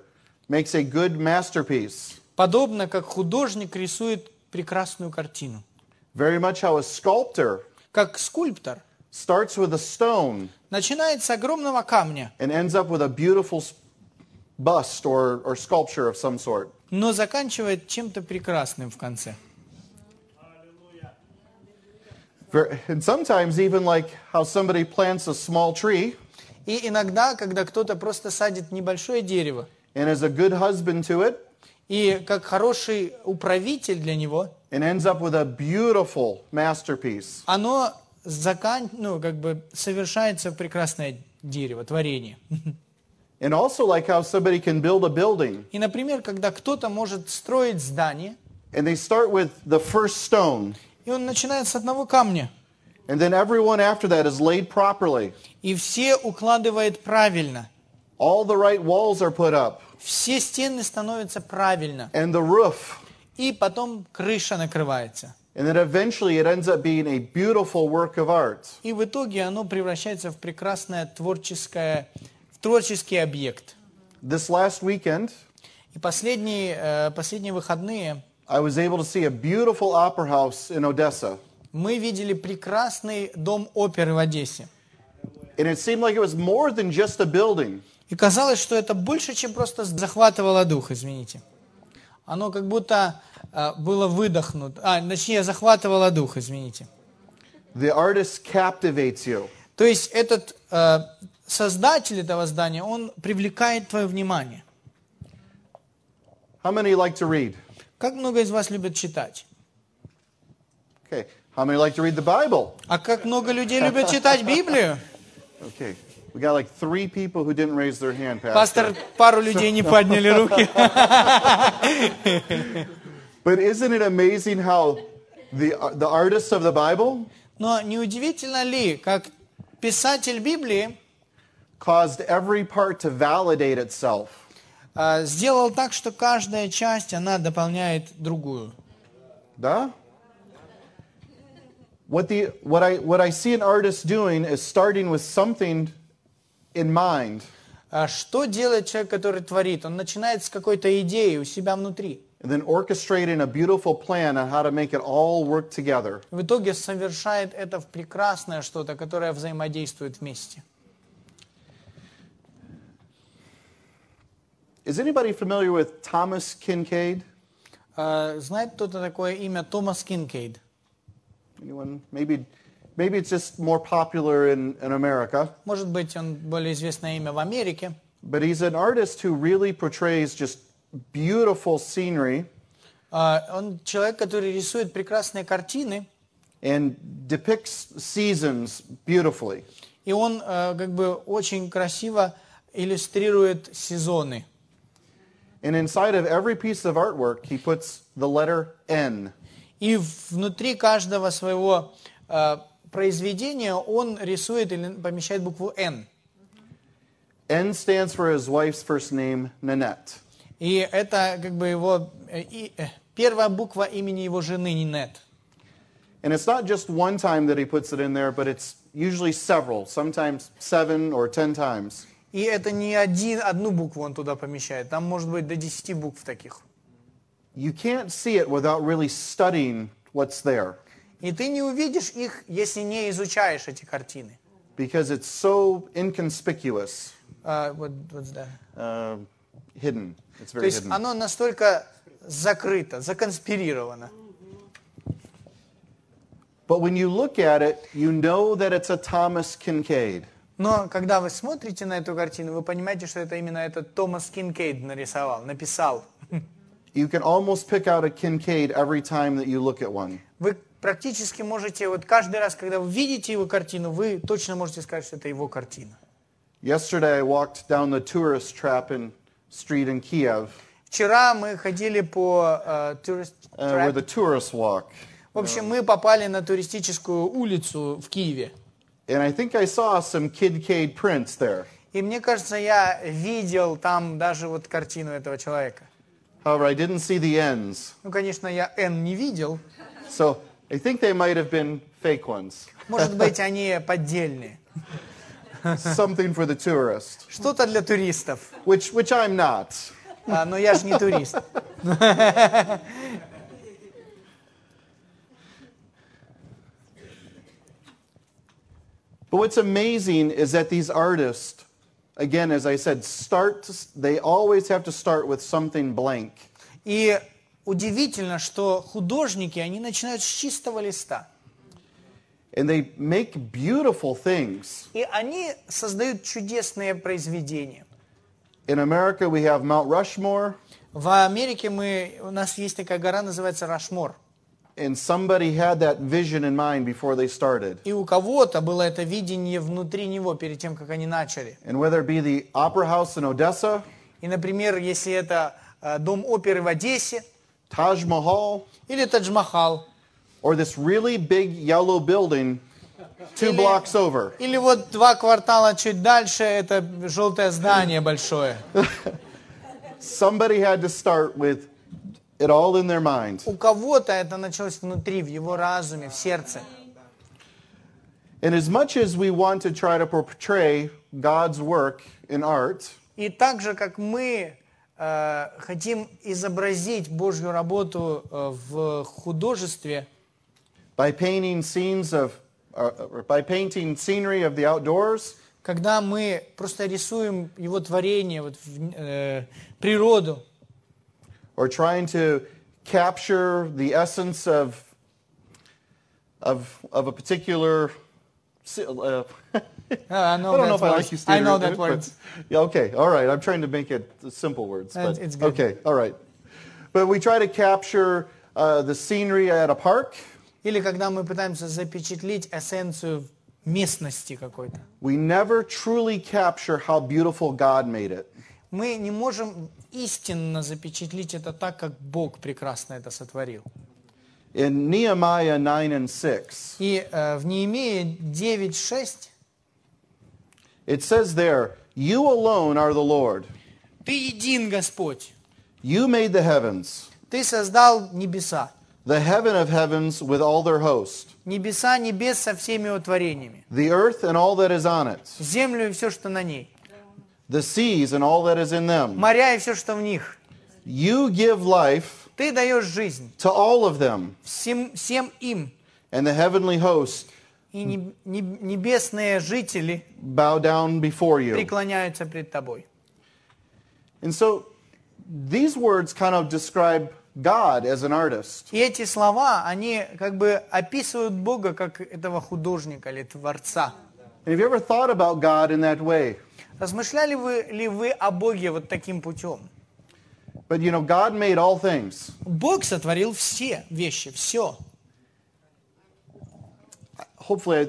[SPEAKER 1] makes a good masterpiece,
[SPEAKER 2] Подобно, как художник рисует прекрасную картину.
[SPEAKER 1] very much how a sculptor
[SPEAKER 2] Как скульптор
[SPEAKER 1] starts with a stone
[SPEAKER 2] начинает с огромного камня,
[SPEAKER 1] and ends up with a beautiful s- bust or, or sculpture of some sort.
[SPEAKER 2] но заканчивает чем-то прекрасным в конце.
[SPEAKER 1] Ver- And sometimes, even like how somebody plants a small tree
[SPEAKER 2] И иногда, когда кто-то просто садит небольшое дерево,
[SPEAKER 1] and is a good husband to it
[SPEAKER 2] и как хороший управитель для него,
[SPEAKER 1] and ends up with a beautiful masterpiece.
[SPEAKER 2] оно закан... ну, как бы совершается в прекрасное дерево, творение.
[SPEAKER 1] And also, like how somebody can build a building
[SPEAKER 2] И, например, когда кто-то может строить здание,
[SPEAKER 1] and they start with the first stone,
[SPEAKER 2] и он начинает с одного камня,
[SPEAKER 1] and then everyone after that is laid properly.
[SPEAKER 2] и все укладывает правильно,
[SPEAKER 1] All the right walls are put up,
[SPEAKER 2] все стены становятся правильно,
[SPEAKER 1] and the roof.
[SPEAKER 2] и потом крыша накрывается.
[SPEAKER 1] And then eventually it ends up being a beautiful work of art.
[SPEAKER 2] И в итоге оно превращается в прекрасное творческое, в творческий объект.
[SPEAKER 1] This last weekend,
[SPEAKER 2] И последние, э, последние выходные
[SPEAKER 1] I was able to see a beautiful opera house in Odessa.
[SPEAKER 2] мы видели прекрасный дом оперы в Одессе.
[SPEAKER 1] And it seemed like it was more than just a building.
[SPEAKER 2] И казалось, что это больше, чем просто захватывало дух, извините. Оно как будто э, было выдохнуто, а, точнее, захватывало дух, извините.
[SPEAKER 1] The artist captivates you.
[SPEAKER 2] То есть этот э, создатель этого здания, он привлекает твое внимание.
[SPEAKER 1] How many like to read?
[SPEAKER 2] Как много из вас любят читать?
[SPEAKER 1] Okay. How many like to read the Bible?
[SPEAKER 2] А как много людей любят читать Библию?
[SPEAKER 1] Okay. We got like three people who didn't raise their hand, Pastor.
[SPEAKER 2] Пастор, пару людей не подняли руки.
[SPEAKER 1] But isn't it amazing how the, uh, the artists of the Bible
[SPEAKER 2] *laughs* Но неудивительно ли, как писатель Библии
[SPEAKER 1] caused every part to validate itself?
[SPEAKER 2] а, сделал так, что каждая часть, она дополняет другую.
[SPEAKER 1] Duh? What, the, what, I, what I see an artist doing is starting with something in mind,
[SPEAKER 2] А Что делает человек, который творит? Он начинает с какой-то идеи у себя внутри.
[SPEAKER 1] and then orchestrating a beautiful plan on how to make it all work together.
[SPEAKER 2] В итоге совершает это в прекрасное что-то, которое взаимодействует вместе.
[SPEAKER 1] Is anybody familiar with Thomas Kincaid?
[SPEAKER 2] А, Знает кто-то такое имя Томас Кинкейд?
[SPEAKER 1] Anyone? Maybe, maybe it's just more popular in, in America.
[SPEAKER 2] Может быть, он более известное имя в Америке.
[SPEAKER 1] But he's an artist who really portrays just beautiful scenery
[SPEAKER 2] А, Он человек, который рисует прекрасные kартины,
[SPEAKER 1] and depicts seasons beautifully.
[SPEAKER 2] и он э, как бы очень красиво иллюстрирует сезоны.
[SPEAKER 1] And inside of every piece of artwork, he puts the letter N.
[SPEAKER 2] И в- внутри каждого своего э, произведения он рисует или помещает букву N.
[SPEAKER 1] N stands for his wife's first name, Nanette.
[SPEAKER 2] И это как бы его э, и- э, первая буква имени его жены Нинет.
[SPEAKER 1] And it's not just one time that he puts it in there, but it's usually several, sometimes seven or ten times.
[SPEAKER 2] И это не один, одну букву он туда помещает. Там может быть до 10 букв таких.
[SPEAKER 1] You can't see it without really studying what's there
[SPEAKER 2] И ты не увидишь их, если не изучаешь эти картины.
[SPEAKER 1] because it's so inconspicuous,
[SPEAKER 2] А, вот, вот, да.
[SPEAKER 1] uh, hidden. It's
[SPEAKER 2] То
[SPEAKER 1] very
[SPEAKER 2] есть
[SPEAKER 1] hidden.
[SPEAKER 2] оно настолько закрыто, законспирировано.
[SPEAKER 1] But when you look at it, you know that it's a Thomas Kincaid.
[SPEAKER 2] Но когда вы смотрите на эту картину, вы понимаете, что это именно этот Томас Кинкейд нарисовал, написал.
[SPEAKER 1] You can almost pick out a Kincaid every time that you look at one.
[SPEAKER 2] Вы практически можете, вот каждый раз, когда вы видите его картину, вы точно можете сказать, что это его картина.
[SPEAKER 1] Yesterday, I walked down the tourist trap in street in Kiev,
[SPEAKER 2] Вчера мы ходили по э, tourist
[SPEAKER 1] uh,
[SPEAKER 2] trap.
[SPEAKER 1] where the tourists walk,
[SPEAKER 2] В общем, мы попали на туристическую улицу в Киеве.
[SPEAKER 1] and I think I saw some Kincaid prints there.
[SPEAKER 2] И мне кажется, я видел там даже вот картину этого человека.
[SPEAKER 1] However, I didn't see the ends,
[SPEAKER 2] Ну, конечно, я Н не видел.
[SPEAKER 1] so I think they might have been fake ones.
[SPEAKER 2] Может быть, они поддельные.
[SPEAKER 1] Something for the tourist,
[SPEAKER 2] Что-то для туристов.
[SPEAKER 1] which which I'm not.
[SPEAKER 2] А, но я же не турист.
[SPEAKER 1] But what's amazing is that these artists, again, as I said, start. They always have to start with something blank.
[SPEAKER 2] И удивительно, что художники, они начинают с чистого листа.
[SPEAKER 1] And they make beautiful things.
[SPEAKER 2] И они создают чудесные произведения.
[SPEAKER 1] In America, we have Mount Rushmore,
[SPEAKER 2] В Америке мы, у нас есть такая гора, называется Рашмор.
[SPEAKER 1] and somebody had that vision in mind before they started.
[SPEAKER 2] И у кого-то было это видение внутри него перед тем, как они начали.
[SPEAKER 1] And whether it be the Opera House in Odessa,
[SPEAKER 2] И, например, если это э, дом оперы в Одессе
[SPEAKER 1] Taj Mahal,
[SPEAKER 2] или Тадж-Махал,
[SPEAKER 1] or this really big yellow building two
[SPEAKER 2] Или-
[SPEAKER 1] blocks over,
[SPEAKER 2] или вот два квартала чуть дальше это желтое здание большое.
[SPEAKER 1] somebody had to start with it all in their mind.
[SPEAKER 2] У кого-то это началось внутри, в его разуме, в сердце.
[SPEAKER 1] And as much as we want to try to portray God's work in art,
[SPEAKER 2] И так же, как мы э, хотим изобразить Божью работу э, в художестве,
[SPEAKER 1] by painting scenes of, uh, or by painting scenery of the outdoors,
[SPEAKER 2] когда мы просто рисуем его творение, вот, в- э, природу,
[SPEAKER 1] or trying to capture the essence of, of, of a particular, *laughs* si- uh,
[SPEAKER 2] А, I know
[SPEAKER 1] I don't
[SPEAKER 2] that
[SPEAKER 1] know if I like
[SPEAKER 2] word.
[SPEAKER 1] these
[SPEAKER 2] I know
[SPEAKER 1] theater-
[SPEAKER 2] that
[SPEAKER 1] but-
[SPEAKER 2] word.
[SPEAKER 1] yeah, okay, all right. I'm trying to make it simple words,
[SPEAKER 2] Uh,
[SPEAKER 1] but
[SPEAKER 2] it's good.
[SPEAKER 1] okay, all right. But we try to capture uh, the scenery at a park.
[SPEAKER 2] или когда мы пытаемся запечатлеть эссенцию местности какой-то.
[SPEAKER 1] We never truly capture how beautiful God made it.
[SPEAKER 2] Мы не можем истинно запечатлеть это так, как Бог прекрасно это сотворил.
[SPEAKER 1] In Nehemiah 9 and 6,
[SPEAKER 2] И э, в Неемии 9.6
[SPEAKER 1] it says there, You alone are the Lord.
[SPEAKER 2] «Ты един, Господь,
[SPEAKER 1] You made the heavens,
[SPEAKER 2] ты создал небеса,
[SPEAKER 1] the heaven of heavens with all their host,
[SPEAKER 2] небеса небес со всеми его творениями,
[SPEAKER 1] the earth and all that is on it,
[SPEAKER 2] землю и все, что на ней,
[SPEAKER 1] the seas and all that is in them.
[SPEAKER 2] моря и все, что в них.
[SPEAKER 1] You give life
[SPEAKER 2] Ты даешь жизнь
[SPEAKER 1] to all of them,
[SPEAKER 2] всем, всем им,
[SPEAKER 1] and the heavenly host
[SPEAKER 2] и не- не- небесные жители
[SPEAKER 1] bow down before you.
[SPEAKER 2] преклоняются пред тобой».
[SPEAKER 1] And so these words kind of describe God as an artist.
[SPEAKER 2] И эти слова, они как бы описывают Бога как этого художника или творца.
[SPEAKER 1] And have you ever thought about God in that way?
[SPEAKER 2] Размышляли вы ли вы о Боге вот таким путем?
[SPEAKER 1] But you know, God made all things.
[SPEAKER 2] Бог сотворил все вещи, все.
[SPEAKER 1] Hopefully, I,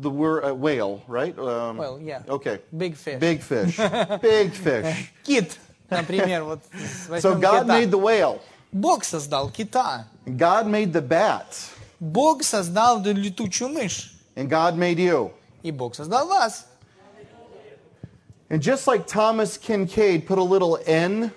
[SPEAKER 1] the word uh, whale, right? Um,
[SPEAKER 2] Well, yeah.
[SPEAKER 1] Okay.
[SPEAKER 2] Big fish.
[SPEAKER 1] Big
[SPEAKER 2] *laughs*
[SPEAKER 1] fish. Big fish.
[SPEAKER 2] Кит, например, вот с-
[SPEAKER 1] So
[SPEAKER 2] возьмем
[SPEAKER 1] God
[SPEAKER 2] кита.
[SPEAKER 1] made the whale.
[SPEAKER 2] Бог создал кита.
[SPEAKER 1] God made the bat,
[SPEAKER 2] Бог создал летучую мышь.
[SPEAKER 1] and God made you.
[SPEAKER 2] И Бог создал вас.
[SPEAKER 1] And just like Thomas Kincaid put a little N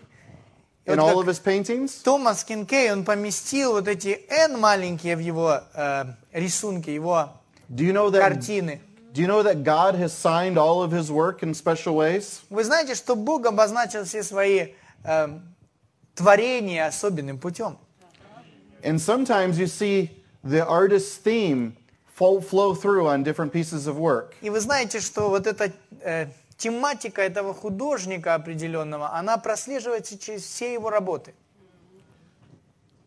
[SPEAKER 1] in
[SPEAKER 2] It
[SPEAKER 1] all
[SPEAKER 2] look-
[SPEAKER 1] of his paintings,
[SPEAKER 2] Томас Кинкей, он поместил вот эти N маленькие в его э, рисунки, его
[SPEAKER 1] do you know that?
[SPEAKER 2] картины.
[SPEAKER 1] Do you know that God has signed all of His work in special ways?
[SPEAKER 2] Вы знаете, что Бог обозначил все свои эм, творения особенным путем.
[SPEAKER 1] And sometimes you see the artist's theme fo- flow through on different pieces of work.
[SPEAKER 2] И вы знаете, что вот эта э, тематика этого художника определенного, она прослеживается через все его работы.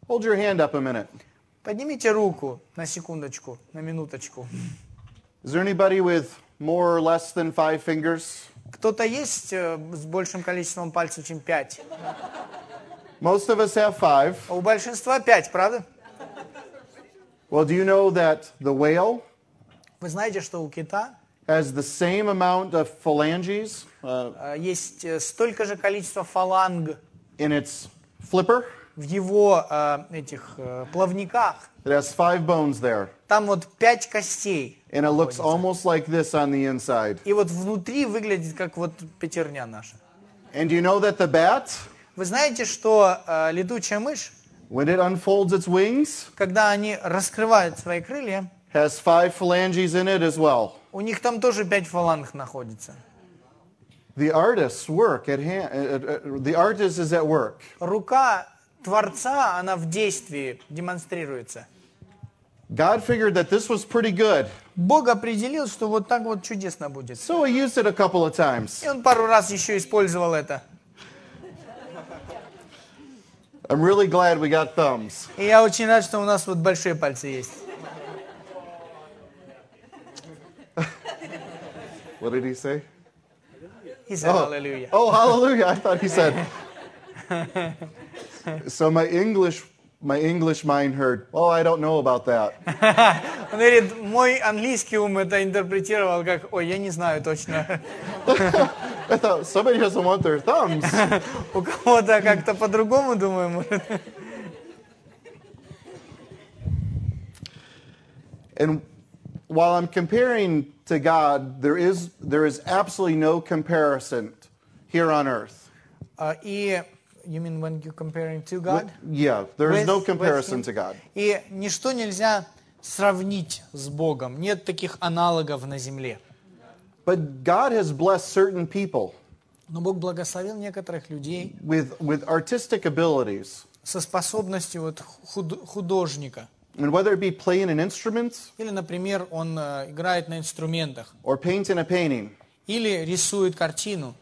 [SPEAKER 1] Hold your hand up a minute.
[SPEAKER 2] Поднимите руку на секундочку, на минуточку.
[SPEAKER 1] Is there anybody with more or less than five fingers?
[SPEAKER 2] Кто-то есть э, с большим количеством пальцев, чем пять?
[SPEAKER 1] Most of us have five.
[SPEAKER 2] А у большинства пять, правда?
[SPEAKER 1] Well, do you know that the whale
[SPEAKER 2] Вы знаете, что у кита
[SPEAKER 1] has the same amount of phalanges uh,
[SPEAKER 2] э, есть э, столько же количество фаланг
[SPEAKER 1] in its flipper?
[SPEAKER 2] в его э, этих э, плавниках.
[SPEAKER 1] It has five bones there,
[SPEAKER 2] Там вот пять костей.
[SPEAKER 1] and it looks almost like this on the inside.
[SPEAKER 2] И вот внутри выглядит как вот пятерня наша.
[SPEAKER 1] And do you know that the bat,
[SPEAKER 2] Вы знаете, что э, летучая мышь,
[SPEAKER 1] when it unfolds its wings,
[SPEAKER 2] когда они раскрывают свои крылья,
[SPEAKER 1] has five phalanges in it as well?
[SPEAKER 2] у них там тоже пять фаланг находится.
[SPEAKER 1] The artist's work at hand, uh, uh, uh, the artist is at work.
[SPEAKER 2] Рука Творца, она в действии демонстрируется.
[SPEAKER 1] God figured that this was pretty good,
[SPEAKER 2] Бог определил, что вот так вот чудесно будет.
[SPEAKER 1] so he used it a couple of times.
[SPEAKER 2] И он пару раз еще использовал это.
[SPEAKER 1] I'm really glad we got thumbs.
[SPEAKER 2] И я очень рад, что у нас вот большие пальцы есть.
[SPEAKER 1] What did he say?
[SPEAKER 2] И за аллилуйя.
[SPEAKER 1] Oh, hallelujah! I thought he said. so my English, my English mind heard. Oh, I don't know about that.
[SPEAKER 2] Он говорит, мой английский ум это интерпретировал как, ой, я не знаю точно.
[SPEAKER 1] I thought somebody doesn't want their thumbs.
[SPEAKER 2] У кого-то как-то по-другому, думаю, может.
[SPEAKER 1] And while I'm comparing to God, there is there is absolutely no comparison here on earth.
[SPEAKER 2] А, И, you mean when you comparing to God?
[SPEAKER 1] Yeah, there is
[SPEAKER 2] With-
[SPEAKER 1] no
[SPEAKER 2] with
[SPEAKER 1] comparison
[SPEAKER 2] him.
[SPEAKER 1] to God.
[SPEAKER 2] И ничто нельзя сравнить с Богом. Нет таких аналогов на земле.
[SPEAKER 1] But God has blessed certain people
[SPEAKER 2] Но Бог благословил некоторых людей
[SPEAKER 1] with with artistic abilities,
[SPEAKER 2] со способностью вот худ- художника.
[SPEAKER 1] and whether it be playing an instrument
[SPEAKER 2] Или, например, он э, играет на инструментах.
[SPEAKER 1] or painting a painting.
[SPEAKER 2] Или рисует картину.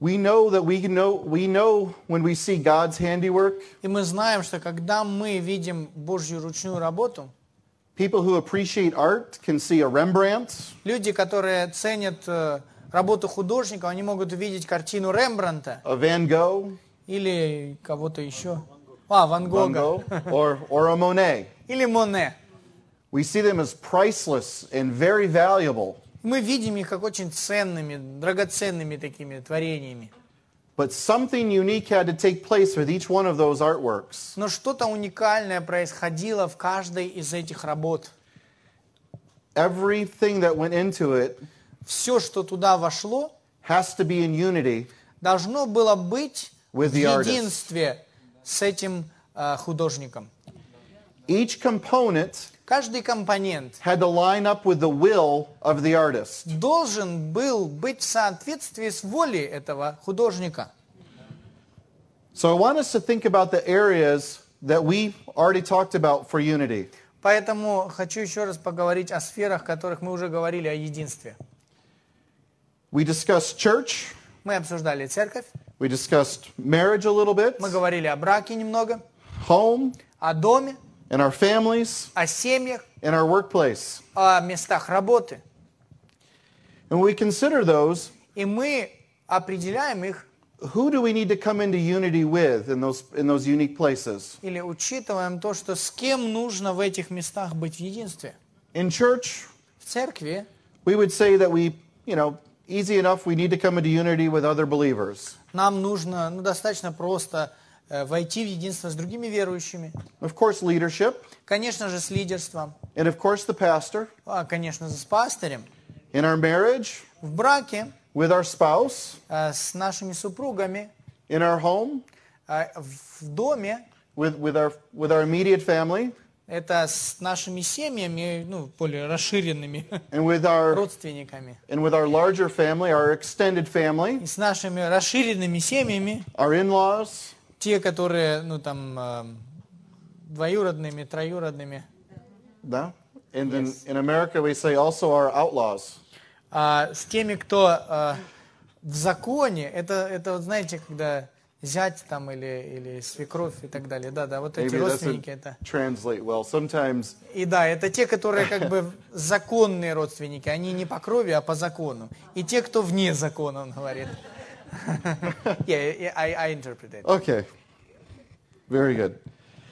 [SPEAKER 1] We know that we can know we know when we see God's handiwork,
[SPEAKER 2] И мы знаем, что когда мы видим Божью ручную работу,
[SPEAKER 1] people who appreciate art can see a Rembrandt,
[SPEAKER 2] люди, которые ценят э, работу художника, они могут увидеть картину Рембранта
[SPEAKER 1] a Van Gogh,
[SPEAKER 2] или кого-то еще. А, Ван
[SPEAKER 1] Van
[SPEAKER 2] Гога.
[SPEAKER 1] Gogh or or a Monet.
[SPEAKER 2] Или Моне.
[SPEAKER 1] We see them as priceless and very valuable,
[SPEAKER 2] Мы видим их как очень ценными, драгоценными такими творениями.
[SPEAKER 1] but something unique had to take place with each one of those artworks.
[SPEAKER 2] Но что-то уникальное происходило в каждой из этих работ.
[SPEAKER 1] Everything that went into it
[SPEAKER 2] Все, что туда вошло,
[SPEAKER 1] has to be in unity
[SPEAKER 2] должно было быть
[SPEAKER 1] With
[SPEAKER 2] в
[SPEAKER 1] the artist.
[SPEAKER 2] единстве с этим э, художником.
[SPEAKER 1] each component
[SPEAKER 2] Каждый компонент
[SPEAKER 1] had to line up with the will of the artist.
[SPEAKER 2] должен был быть в соответствии с волей этого художника.
[SPEAKER 1] So I want us to think about the areas that we already talked about for unity.
[SPEAKER 2] Поэтому хочу еще раз поговорить о сферах, о которых мы уже говорили, о единстве.
[SPEAKER 1] We discussed church,
[SPEAKER 2] Мы обсуждали церковь,
[SPEAKER 1] we discussed marriage a little bit,
[SPEAKER 2] мы говорили о браке немного,
[SPEAKER 1] home,
[SPEAKER 2] о доме,
[SPEAKER 1] and our families,
[SPEAKER 2] о семьях,
[SPEAKER 1] and our workplace.
[SPEAKER 2] о местах работы.
[SPEAKER 1] And we consider those
[SPEAKER 2] И мы определяем их
[SPEAKER 1] who do we need to come into unity with in those in those unique places?
[SPEAKER 2] или учитываем то, что с кем нужно в этих местах быть в единстве.
[SPEAKER 1] In church,
[SPEAKER 2] В церкви
[SPEAKER 1] we would say that we, you know, easy enough we need to come into unity with other believers.
[SPEAKER 2] нам нужно ну, достаточно просто э, войти в единство с другими верующими.
[SPEAKER 1] Of course, leadership,
[SPEAKER 2] Конечно же, с лидерством,
[SPEAKER 1] and of course the pastor.
[SPEAKER 2] а, конечно же, с пастырем.
[SPEAKER 1] In our marriage,
[SPEAKER 2] В браке
[SPEAKER 1] with our spouse,
[SPEAKER 2] э, с нашими супругами,
[SPEAKER 1] in our home,
[SPEAKER 2] э, в доме,
[SPEAKER 1] with with our with our immediate family,
[SPEAKER 2] это с нашими семьями, ну, более расширенными *laughs*
[SPEAKER 1] and with our
[SPEAKER 2] родственниками.
[SPEAKER 1] and with our larger family, our extended family,
[SPEAKER 2] И с нашими расширенными семьями,
[SPEAKER 1] our in-laws,
[SPEAKER 2] те, которые, ну, там, э, двоюродными, троюродными.
[SPEAKER 1] Да? And then in America, we say also our outlaws.
[SPEAKER 2] А с теми, кто а, в законе, это, это вот знаете, когда зять там или, или свекровь и так далее. Да, да, вот эти
[SPEAKER 1] Maybe that doesn't
[SPEAKER 2] родственники это.
[SPEAKER 1] translate well. Sometimes
[SPEAKER 2] И да, это те, которые как бы законные родственники, они не по крови, а по закону. И те, кто вне закона, он говорит. *laughs* Yeah, I, I interpret it.
[SPEAKER 1] Okay. Very good.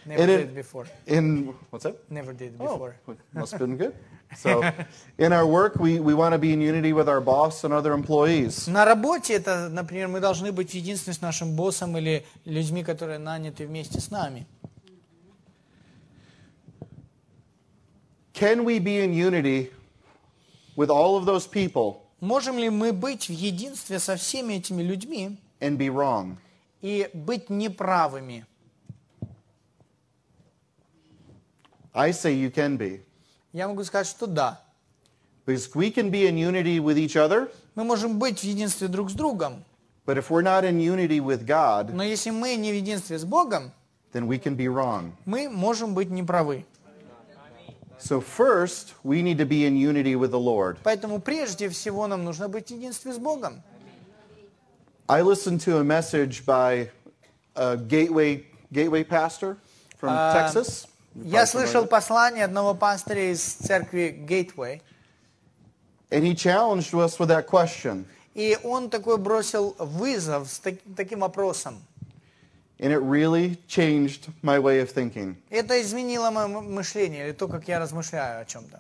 [SPEAKER 2] Never
[SPEAKER 1] And
[SPEAKER 2] did
[SPEAKER 1] in-
[SPEAKER 2] before.
[SPEAKER 1] In what's that?
[SPEAKER 2] Never did
[SPEAKER 1] Oh,
[SPEAKER 2] before.
[SPEAKER 1] must have been good. So, in our work, we, we want to be in unity with our boss and other employees.
[SPEAKER 2] На работе это, например, мы должны быть единственны с нашим боссом или людьми, которые наняты вместе с нами.
[SPEAKER 1] Can we be in unity with all of those people
[SPEAKER 2] Можем ли мы быть в единстве со всеми этими людьми
[SPEAKER 1] and be wrong?
[SPEAKER 2] и быть неправыми?
[SPEAKER 1] I say you can be.
[SPEAKER 2] Я могу сказать, что да.
[SPEAKER 1] Because we can be in unity with each other,
[SPEAKER 2] Мы можем быть в единстве друг с другом,
[SPEAKER 1] but if we're not in unity with God,
[SPEAKER 2] но если мы не в единстве с Богом,
[SPEAKER 1] then we can be wrong.
[SPEAKER 2] мы можем быть неправы.
[SPEAKER 1] So, first, we need to be in unity with the Lord.
[SPEAKER 2] Поэтому прежде всего нам нужно быть в единстве с Богом.
[SPEAKER 1] I listened to a message by a gateway gateway pastor from Texas. You're
[SPEAKER 2] Я
[SPEAKER 1] probably
[SPEAKER 2] слышал
[SPEAKER 1] familiar.
[SPEAKER 2] послание одного пастыря из церкви Gateway,
[SPEAKER 1] and he challenged us with that question,
[SPEAKER 2] и он такой бросил вызов с таки- таким вопросом.
[SPEAKER 1] and it really changed my way of thinking.
[SPEAKER 2] Это изменило мое м- мышление, или то, как я размышляю о чем-то.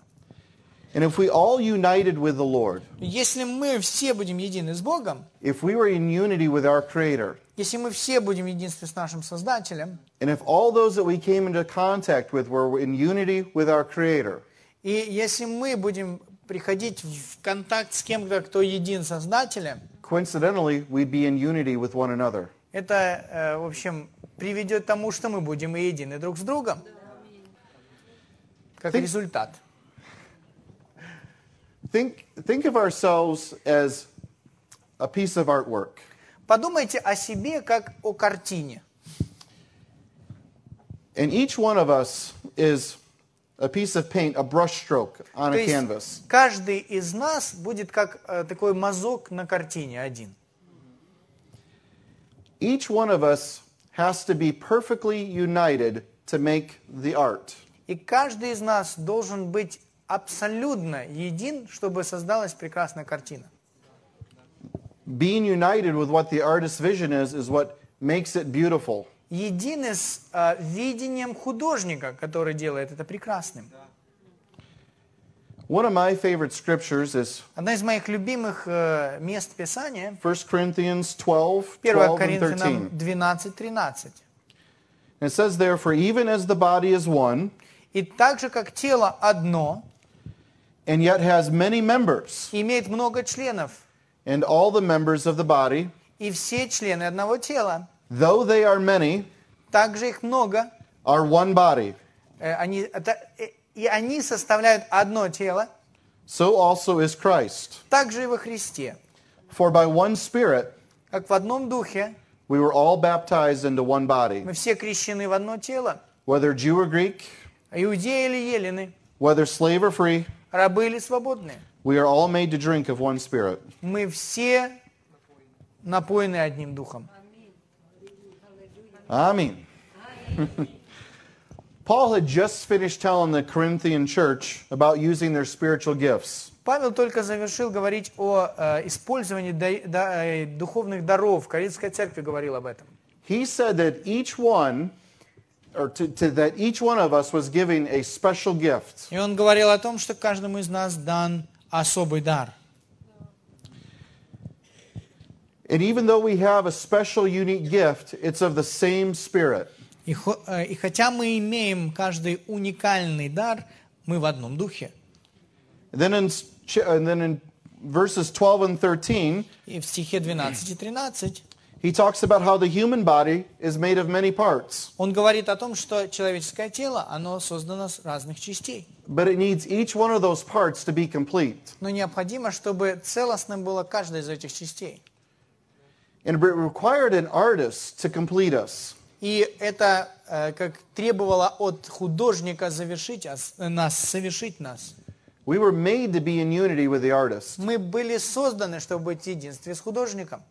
[SPEAKER 1] And if we all united with the Lord,
[SPEAKER 2] Если мы все будем едины с Богом,
[SPEAKER 1] if we were in unity with our Creator,
[SPEAKER 2] если мы все будем в единстве с нашим Создателем,
[SPEAKER 1] and if all those that we came into contact with were in unity with our Creator,
[SPEAKER 2] и если мы будем приходить в контакт с кем-то, кто един с Создателем,
[SPEAKER 1] coincidentally, we'd be in unity with one another.
[SPEAKER 2] это, э, в общем, приведет к тому, что мы будем и едины друг с другом, как
[SPEAKER 1] Ты-
[SPEAKER 2] результат.
[SPEAKER 1] Think, think of ourselves as a piece of artwork.
[SPEAKER 2] Подумайте о себе как о картине.
[SPEAKER 1] And each one of us is a piece of paint, a brushstroke on
[SPEAKER 2] То
[SPEAKER 1] a
[SPEAKER 2] есть
[SPEAKER 1] canvas.
[SPEAKER 2] каждый из нас будет как э, такой мазок на картине один.
[SPEAKER 1] Each one of us has to be perfectly united to make the art.
[SPEAKER 2] И каждый из нас должен быть абсолютно един, чтобы создалась прекрасная картина.
[SPEAKER 1] Being united with what the artist's vision is is what makes it beautiful.
[SPEAKER 2] Едины с э, видением художника, который делает это прекрасным.
[SPEAKER 1] One of my favorite scriptures is
[SPEAKER 2] Одна из моих любимых э, мест Писания
[SPEAKER 1] 1 Corinthians 12,
[SPEAKER 2] 1
[SPEAKER 1] 12 and
[SPEAKER 2] Коринфянам
[SPEAKER 1] 13.
[SPEAKER 2] 12.13.
[SPEAKER 1] It says there, For even as the body is one,
[SPEAKER 2] «И так же, как тело одно,
[SPEAKER 1] and yet has many members,
[SPEAKER 2] имеет много членов,
[SPEAKER 1] and all the members of the body,
[SPEAKER 2] и все члены одного тела,
[SPEAKER 1] though they are many,
[SPEAKER 2] также их много,
[SPEAKER 1] are one body,
[SPEAKER 2] э, они, это- э, и они составляют одно тело,
[SPEAKER 1] so also is Christ.
[SPEAKER 2] также и во Христе.
[SPEAKER 1] For by one Spirit
[SPEAKER 2] Как в одном духе
[SPEAKER 1] we were all baptized into one body,
[SPEAKER 2] мы все крещены в одно тело,
[SPEAKER 1] whether Jew or Greek,
[SPEAKER 2] иудеи или елены,
[SPEAKER 1] whether slave or free,
[SPEAKER 2] рабы или свободные.
[SPEAKER 1] we are all made to drink of one Spirit.
[SPEAKER 2] Мы все напоены одним духом.
[SPEAKER 1] Amen. *laughs* Paul had just finished telling the Corinthian church about using their spiritual gifts.
[SPEAKER 2] Павел только завершил говорить о э, использовании да- да- э, духовных даров. Коринфская церковь говорил об этом.
[SPEAKER 1] He said that each one, or to, to, that each one of us was giving a special gift.
[SPEAKER 2] И он говорил о том, что каждому из нас дан особый дар.
[SPEAKER 1] And even though we have a special, unique gift, it's of the same Spirit.
[SPEAKER 2] И, хо- э, и хотя мы имеем каждый уникальный дар, мы в одном духе.
[SPEAKER 1] Then in, s- ch- and then in verses 12 and 13,
[SPEAKER 2] И в стихе 12 и 13
[SPEAKER 1] he talks about how the human body is made of many parts,
[SPEAKER 2] он говорит о том, что человеческое тело, оно создано с разных частей.
[SPEAKER 1] but it needs each one of those parts to be complete.
[SPEAKER 2] Но необходимо, чтобы целостным было каждая из этих частей.
[SPEAKER 1] And it required an artist to complete us.
[SPEAKER 2] И И это э, как требовало от художника завершить ос- нас, совершить нас.
[SPEAKER 1] We were made to be in unity with the artist.
[SPEAKER 2] Мы были созданы, чтобы быть в единстве с художником.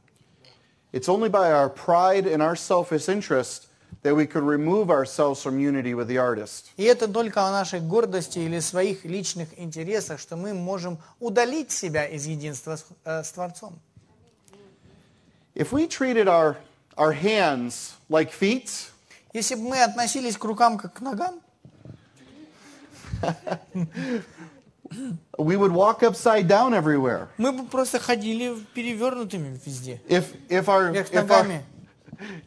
[SPEAKER 1] It's only by our pride and our selfish interest that we could remove ourselves from unity with the artist.
[SPEAKER 2] И это только о нашей гордости или своих личных интересах, что мы можем удалить себя из единства с, э, с Творцом.
[SPEAKER 1] If we treated our, our hands like feet,
[SPEAKER 2] Если бы мы относились к рукам как к ногам,
[SPEAKER 1] we would walk upside down everywhere.
[SPEAKER 2] мы бы просто ходили перевернутыми везде,
[SPEAKER 1] If, if, our,
[SPEAKER 2] вверх
[SPEAKER 1] if, our,
[SPEAKER 2] ногами.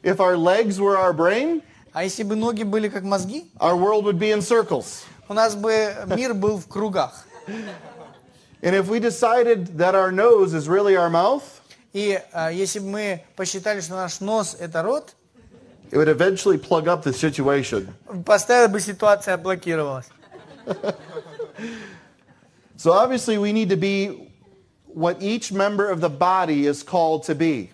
[SPEAKER 1] if our legs were our brain,
[SPEAKER 2] А если бы ноги были как мозги,
[SPEAKER 1] our world would be in circles.
[SPEAKER 2] у нас бы мир был в кругах.
[SPEAKER 1] And if we decided that our nose is really our mouth,
[SPEAKER 2] И э, если бы мы посчитали, что наш нос – это рот,
[SPEAKER 1] it would eventually plug up the situation.
[SPEAKER 2] поставила бы ситуация блокировалась.
[SPEAKER 1] So obviously, we need to be what each member of the body is called to be.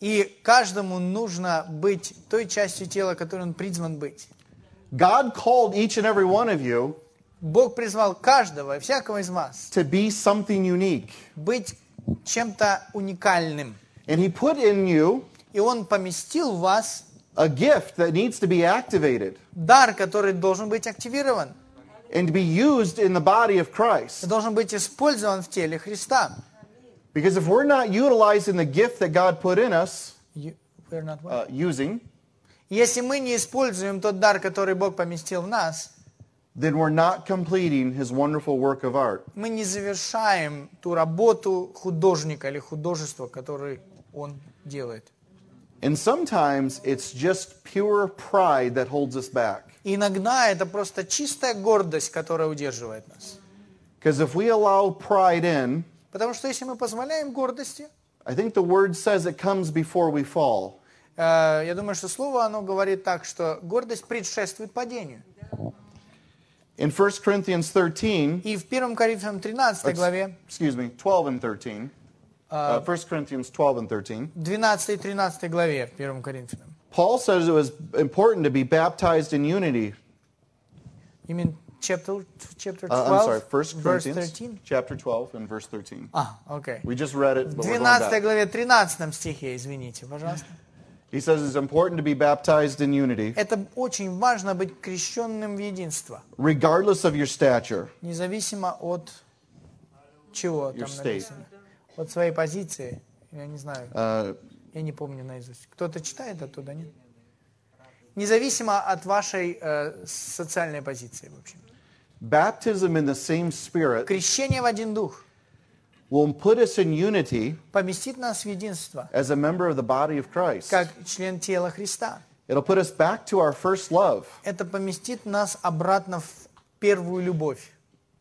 [SPEAKER 2] И каждому нужно быть той частью тела, которой он призван быть.
[SPEAKER 1] God called each and every one of you
[SPEAKER 2] Бог призвал каждого, и всякого из вас,
[SPEAKER 1] to be something unique.
[SPEAKER 2] быть чем-то уникальным.
[SPEAKER 1] And He put in you
[SPEAKER 2] И Он поместил в вас
[SPEAKER 1] a gift that needs to be activated
[SPEAKER 2] дар, который должен быть активирован,
[SPEAKER 1] and to be used in the body of Christ.
[SPEAKER 2] должен быть использован в теле Христа.
[SPEAKER 1] Because if we're not utilizing the gift that God put in us,
[SPEAKER 2] You- we're not one.
[SPEAKER 1] uh, using,
[SPEAKER 2] Если мы не используем тот дар, который Бог поместил в нас,
[SPEAKER 1] then we're not completing His wonderful work of art.
[SPEAKER 2] мы не завершаем ту работу художника или художества, который он делает.
[SPEAKER 1] And sometimes it's just pure pride that holds us back.
[SPEAKER 2] Иногда это просто чистая гордость, которая удерживает нас.
[SPEAKER 1] Because if we allow pride in,
[SPEAKER 2] Потому что если мы позволяем гордости,
[SPEAKER 1] I think the word says it comes before we fall.
[SPEAKER 2] э, я думаю, что слово оно говорит так, что гордость предшествует падению.
[SPEAKER 1] In 1 Corinthians 13,
[SPEAKER 2] И в 1 Коринфянам 13 главе,
[SPEAKER 1] excuse me, 12 and 13, uh, 1 Corinthians 12 and 13,
[SPEAKER 2] 12 и 13 главе в 1 Коринфянам.
[SPEAKER 1] Paul says it was important to be baptized in unity.
[SPEAKER 2] You mean chapter, chapter 12,
[SPEAKER 1] Uh, I'm sorry, 1
[SPEAKER 2] verse
[SPEAKER 1] Corinthians
[SPEAKER 2] 13?
[SPEAKER 1] chapter 12 and verse 13.
[SPEAKER 2] А, окей.
[SPEAKER 1] We just read it,
[SPEAKER 2] В
[SPEAKER 1] but we're going
[SPEAKER 2] 12
[SPEAKER 1] back.
[SPEAKER 2] главе 13 стихе, извините, пожалуйста.
[SPEAKER 1] He says it's important to be baptized in unity,
[SPEAKER 2] Это очень важно быть крещенным в единство,
[SPEAKER 1] regardless of your stature.
[SPEAKER 2] независимо от чего
[SPEAKER 1] Your
[SPEAKER 2] там
[SPEAKER 1] state.
[SPEAKER 2] написано. От своей позиции, я не знаю,
[SPEAKER 1] Uh,
[SPEAKER 2] я не помню наизусть. Кто-то читает оттуда, нет? Независимо от вашей э, социальной позиции, в общем.
[SPEAKER 1] baptism in the same spirit
[SPEAKER 2] Крещение в один дух
[SPEAKER 1] will put us in unity
[SPEAKER 2] поместит нас в единство,
[SPEAKER 1] as a member of the body of Christ.
[SPEAKER 2] как член тела Христа.
[SPEAKER 1] It'll put us back to our first love,
[SPEAKER 2] Это поместит нас обратно в первую любовь,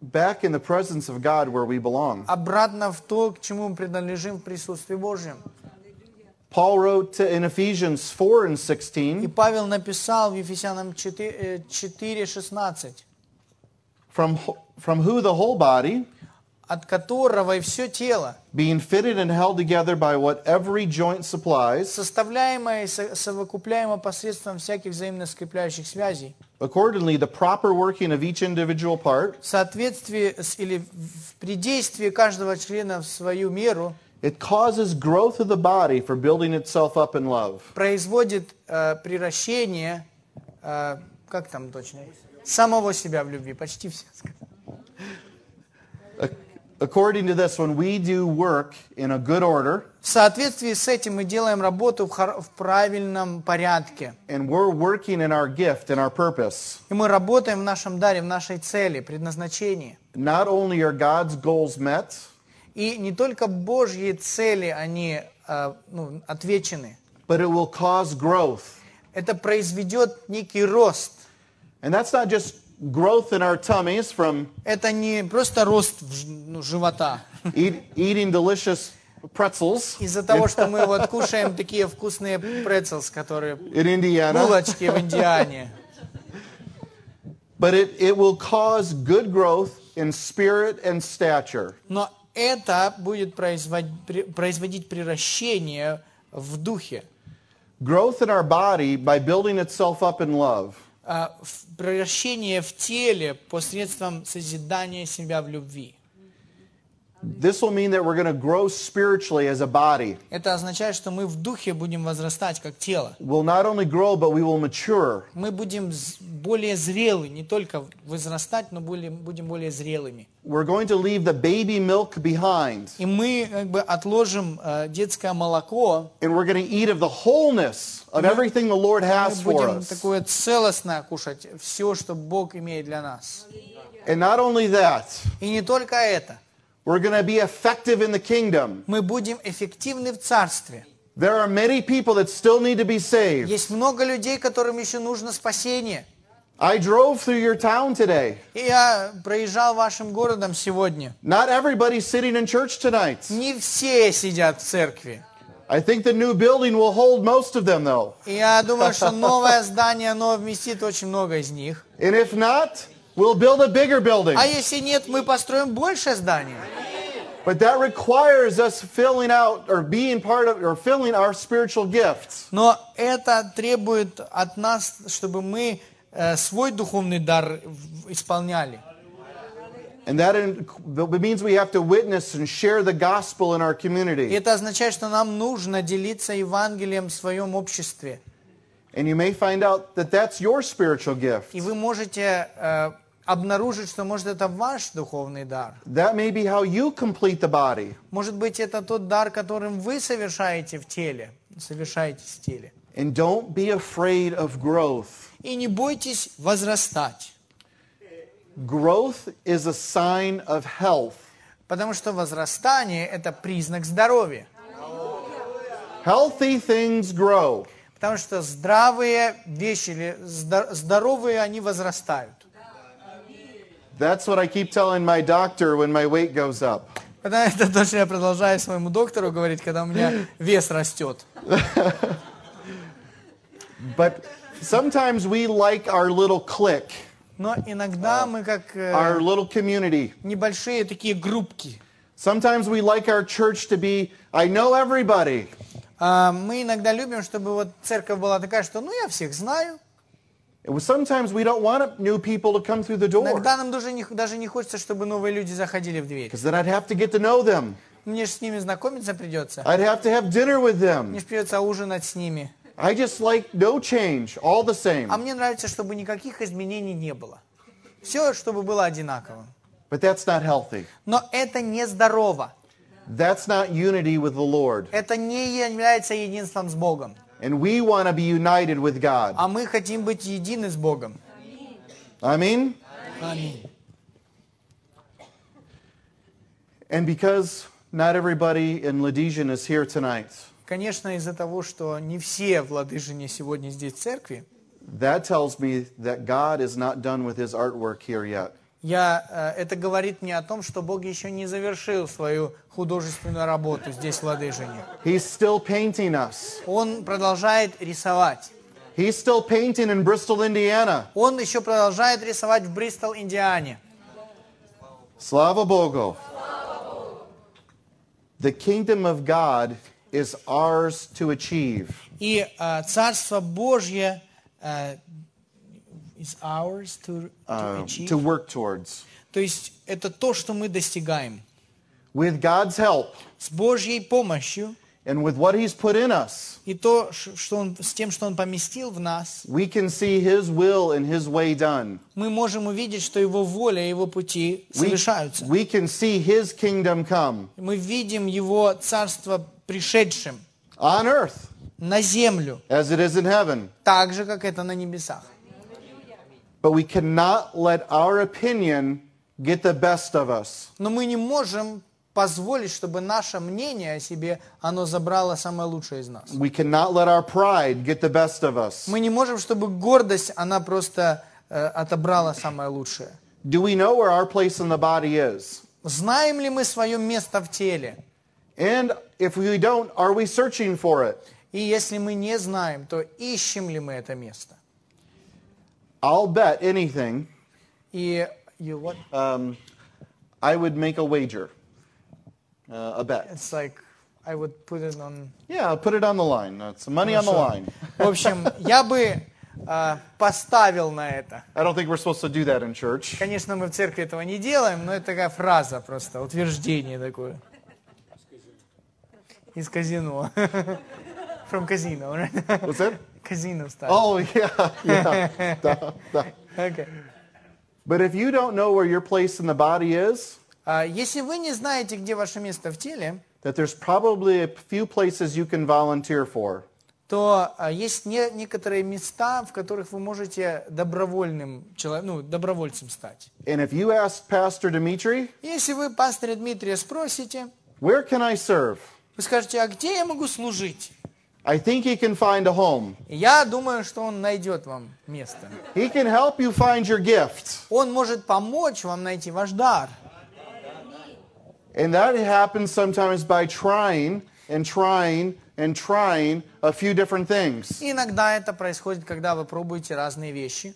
[SPEAKER 1] back in the presence of God where we belong.
[SPEAKER 2] обратно в то, к чему мы принадлежим в присутствии Божьем.
[SPEAKER 1] Paul wrote to, in Ephesians 4 and
[SPEAKER 2] И
[SPEAKER 1] 16,
[SPEAKER 2] Павел написал в Ефесянам э, 4, 4:16,
[SPEAKER 1] from, wh- from who the whole body,
[SPEAKER 2] от которого и все тело,
[SPEAKER 1] being fitted and held together by what every joint supplies,
[SPEAKER 2] составляемое и со- совокупляемо посредством всяких взаимно скрепляющих связей,
[SPEAKER 1] accordingly, the proper working of each individual part,
[SPEAKER 2] в соответствии с или в придействии каждого члена в свою меру,
[SPEAKER 1] it causes growth of the body for building itself up in love.
[SPEAKER 2] производит э, превращение, э, как там точно, самого себя в любви, почти все сказал.
[SPEAKER 1] Ac- According to this, when we do work in a good order
[SPEAKER 2] В соответствии с этим мы делаем работу в хор- в правильном порядке.
[SPEAKER 1] and we're working in our gift and our purpose,
[SPEAKER 2] И мы работаем в нашем даре, в нашей цели, предназначении.
[SPEAKER 1] not only are God's goals met,
[SPEAKER 2] И не только Божьи цели, они э, ну, отвечены.
[SPEAKER 1] but it will cause growth.
[SPEAKER 2] Это произведет некий рост.
[SPEAKER 1] And that's not just growth in our tummies from
[SPEAKER 2] Это не просто рост в ж- ну, живота.
[SPEAKER 1] eat, eating delicious pretzels
[SPEAKER 2] Из-за того, что мы вот кушаем такие вкусные прецелс, которые
[SPEAKER 1] in Indiana,
[SPEAKER 2] булочки в Индиане.
[SPEAKER 1] but it, it will cause good growth in spirit and stature.
[SPEAKER 2] Но это будет производ- при- производить превращение в духе.
[SPEAKER 1] growth in our body by building itself up in love.
[SPEAKER 2] а, в- превращение в теле посредством созидания себя в любви.
[SPEAKER 1] This will mean that we're going to grow spiritually as a body.
[SPEAKER 2] Это означает, что мы в духе будем возрастать как тело.
[SPEAKER 1] We'll not only grow, but we will mature.
[SPEAKER 2] Мы будем з- более зрелы, не только возрастать, но более, будем более зрелыми.
[SPEAKER 1] We're going to leave the baby milk behind,
[SPEAKER 2] И мы как бы отложим э, детское молоко,
[SPEAKER 1] and we're going to eat of the wholeness of everything the Lord
[SPEAKER 2] мы
[SPEAKER 1] has for
[SPEAKER 2] будем
[SPEAKER 1] us.
[SPEAKER 2] такое целостное кушать, все, что Бог имеет для нас.
[SPEAKER 1] And not only that,
[SPEAKER 2] И не только это.
[SPEAKER 1] we're going to be effective in the kingdom.
[SPEAKER 2] Мы будем эффективны в Царстве.
[SPEAKER 1] There are many people that still need to be saved.
[SPEAKER 2] Есть много людей, которым еще нужно спасение.
[SPEAKER 1] I drove through your town today.
[SPEAKER 2] И я проезжал вашим городом сегодня.
[SPEAKER 1] Not everybody's sitting in church tonight.
[SPEAKER 2] Не все сидят в церкви.
[SPEAKER 1] I think the new building will hold most of them, though.
[SPEAKER 2] И я думаю, что новое здание, оно вместит очень много из них.
[SPEAKER 1] And if not, we'll build a bigger building.
[SPEAKER 2] А если нет, мы построим больше зданий.
[SPEAKER 1] But that requires us filling out or being part of or filling our spiritual gifts.
[SPEAKER 2] Но это требует от нас, чтобы мы э, свой духовный дар в- исполняли.
[SPEAKER 1] And that in, that means we have to witness and share the gospel in our
[SPEAKER 2] И
[SPEAKER 1] community.
[SPEAKER 2] это означает, что нам нужно делиться Евангелием в своем обществе.
[SPEAKER 1] And you may find out that that's your spiritual gift.
[SPEAKER 2] И вы можете э, обнаружить, что, может, это ваш духовный дар.
[SPEAKER 1] That may be how you complete the body.
[SPEAKER 2] Может быть, это тот дар, которым вы совершаете в теле, совершаетесь в теле.
[SPEAKER 1] And don't be afraid of growth.
[SPEAKER 2] И не бойтесь возрастать,
[SPEAKER 1] Growth is a sign of health.
[SPEAKER 2] потому что возрастание – это признак здоровья.
[SPEAKER 1] Healthy things grow.
[SPEAKER 2] Потому что здравые вещи или здо- здоровые, они возрастают.
[SPEAKER 1] That's what I keep telling my doctor when my weight goes up.
[SPEAKER 2] Когда это точно я продолжаю своему доктору говорить, когда у меня вес растет.
[SPEAKER 1] But sometimes we like our little clique,
[SPEAKER 2] Но иногда мы как э,
[SPEAKER 1] our little community.
[SPEAKER 2] небольшие такие группки.
[SPEAKER 1] Sometimes we like our church to be, I know everybody.
[SPEAKER 2] А, Мы иногда любим, чтобы вот церковь была такая, что ну я всех знаю.
[SPEAKER 1] It was- Sometimes we don't want new people to come through the door
[SPEAKER 2] Иногда нам даже не, даже не хочется, чтобы новые люди заходили в дверь.
[SPEAKER 1] because then I'd have to get to know them.
[SPEAKER 2] Мне же с ними знакомиться придется.
[SPEAKER 1] I'd have to have dinner with
[SPEAKER 2] Мне
[SPEAKER 1] them.
[SPEAKER 2] же придется ужинать с ними.
[SPEAKER 1] I just like no change, all the same.
[SPEAKER 2] А мне нравится, чтобы никаких изменений не было. Все, чтобы было одинаково.
[SPEAKER 1] But that's not healthy.
[SPEAKER 2] Но это нездорово.
[SPEAKER 1] That's not unity with the Lord.
[SPEAKER 2] Это не является единством с Богом.
[SPEAKER 1] And we want to be united with God.
[SPEAKER 2] А мы хотим быть едины с Богом.
[SPEAKER 1] I mean,
[SPEAKER 2] Аминь.
[SPEAKER 1] and because not everybody in Ladesian is here tonight,
[SPEAKER 2] Конечно, из-за того, что не все в Ладыжине сегодня здесь в церкви,
[SPEAKER 1] That tells me that God is not done with his artwork here yet.
[SPEAKER 2] я, э, это говорит мне о том, что Бог еще не завершил свою художественную работу здесь, в Ладыжине.
[SPEAKER 1] He's still painting us.
[SPEAKER 2] Он продолжает рисовать.
[SPEAKER 1] He's still painting in Bristol, Indiana.
[SPEAKER 2] Он еще продолжает рисовать в Бристол, Индиане.
[SPEAKER 1] Slava Bogu. The kingdom of God is ours to achieve.
[SPEAKER 2] И э, Царство Божье э, is ours to- to
[SPEAKER 1] um,
[SPEAKER 2] achieve.
[SPEAKER 1] to work towards.
[SPEAKER 2] То есть это то, что мы достигаем.
[SPEAKER 1] With God's help
[SPEAKER 2] С Божьей помощью
[SPEAKER 1] and with what he's put in us,
[SPEAKER 2] и то, ш- что он, с тем, что Он поместил в нас,
[SPEAKER 1] we can see his will and his way done.
[SPEAKER 2] мы можем увидеть, что Его воля, Его пути
[SPEAKER 1] We,
[SPEAKER 2] совершаются.
[SPEAKER 1] we can see his kingdom come
[SPEAKER 2] Мы видим Его Царство пришедшим
[SPEAKER 1] on earth
[SPEAKER 2] на землю,
[SPEAKER 1] as it is in heaven.
[SPEAKER 2] так же, как это на небесах.
[SPEAKER 1] But we cannot let our opinion get the best of us.
[SPEAKER 2] Но мы не можем позволить, чтобы наше мнение о себе, оно забрало самое лучшее из нас.
[SPEAKER 1] We cannot let our pride get the best of us.
[SPEAKER 2] Мы не можем, чтобы гордость, она просто э, отобрала самое лучшее.
[SPEAKER 1] Do we know where our place in the body is?
[SPEAKER 2] Знаем ли мы свое место в теле?
[SPEAKER 1] And if we don't, are we searching for it?
[SPEAKER 2] И если мы не знаем, то ищем ли мы это место?
[SPEAKER 1] I'll bet anything
[SPEAKER 2] И you what?
[SPEAKER 1] I would make a wager, uh, a bet.
[SPEAKER 2] It's like I would put it on.
[SPEAKER 1] Yeah, put it on the line. That's money on the
[SPEAKER 2] Хорошо.
[SPEAKER 1] line.
[SPEAKER 2] В общем, я бы э, поставил на это.
[SPEAKER 1] I don't think we're supposed to do that in
[SPEAKER 2] *laughs*
[SPEAKER 1] church.
[SPEAKER 2] Конечно, мы в церкви этого не делаем, но это такая фраза просто, утверждение такое. Из казино. *laughs* From casino, right? *laughs*
[SPEAKER 1] What's that?
[SPEAKER 2] Casino style.
[SPEAKER 1] Oh, yeah, *laughs* yeah. Duh, duh.
[SPEAKER 2] Okay.
[SPEAKER 1] But if you don't know where your place in the body is,
[SPEAKER 2] А, Если вы не знаете, где ваше место в теле,
[SPEAKER 1] that there's probably a few places you can volunteer for.
[SPEAKER 2] то а, есть не- некоторые места, в которых вы можете добровольным чело- ну, добровольцем стать.
[SPEAKER 1] And if you ask Pastor Dimitri,
[SPEAKER 2] Если вы пастора Дмитрия спросите,
[SPEAKER 1] where can I serve?
[SPEAKER 2] вы скажете, а где я могу служить?
[SPEAKER 1] I think he can find a home.
[SPEAKER 2] И Я думаю, что он найдет вам место.
[SPEAKER 1] He can help you find your gift.
[SPEAKER 2] Он может помочь вам найти ваш дар.
[SPEAKER 1] And that happens sometimes by trying and trying and trying a few different things.
[SPEAKER 2] И иногда это происходит, когда вы пробуете разные вещи.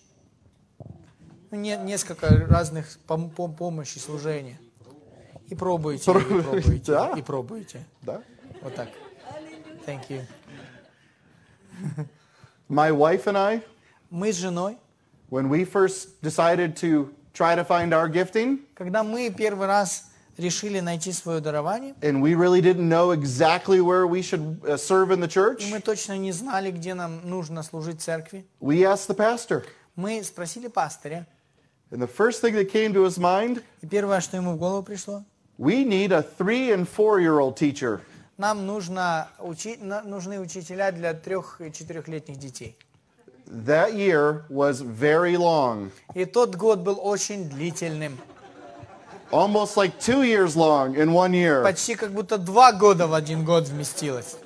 [SPEAKER 2] Ну, не- несколько разных пом- пом- помощи, служения. И пробуете, и
[SPEAKER 1] Да.
[SPEAKER 2] пробуете, и пробуете.
[SPEAKER 1] Да?
[SPEAKER 2] Вот так. Thank you.
[SPEAKER 1] My wife and I,
[SPEAKER 2] Мы с женой,
[SPEAKER 1] when we first decided to try to find our gifting,
[SPEAKER 2] когда мы первый раз решили найти свое дарование,
[SPEAKER 1] and we really didn't know exactly where we should uh, serve in the church,
[SPEAKER 2] мы точно не знали, где нам нужно служить церкви.
[SPEAKER 1] we asked the pastor.
[SPEAKER 2] Мы спросили пастыря,
[SPEAKER 1] And the first thing that came to his mind,
[SPEAKER 2] и первое, что ему в голову пришло,
[SPEAKER 1] we need a three and four year old teacher.
[SPEAKER 2] нам нужно учи- на- нужны учителя для трех и четырехлетних детей.
[SPEAKER 1] That year was very long,
[SPEAKER 2] И тот год был очень длительным.
[SPEAKER 1] almost like two years long in one year.
[SPEAKER 2] Почти как будто два года в один год вместилось.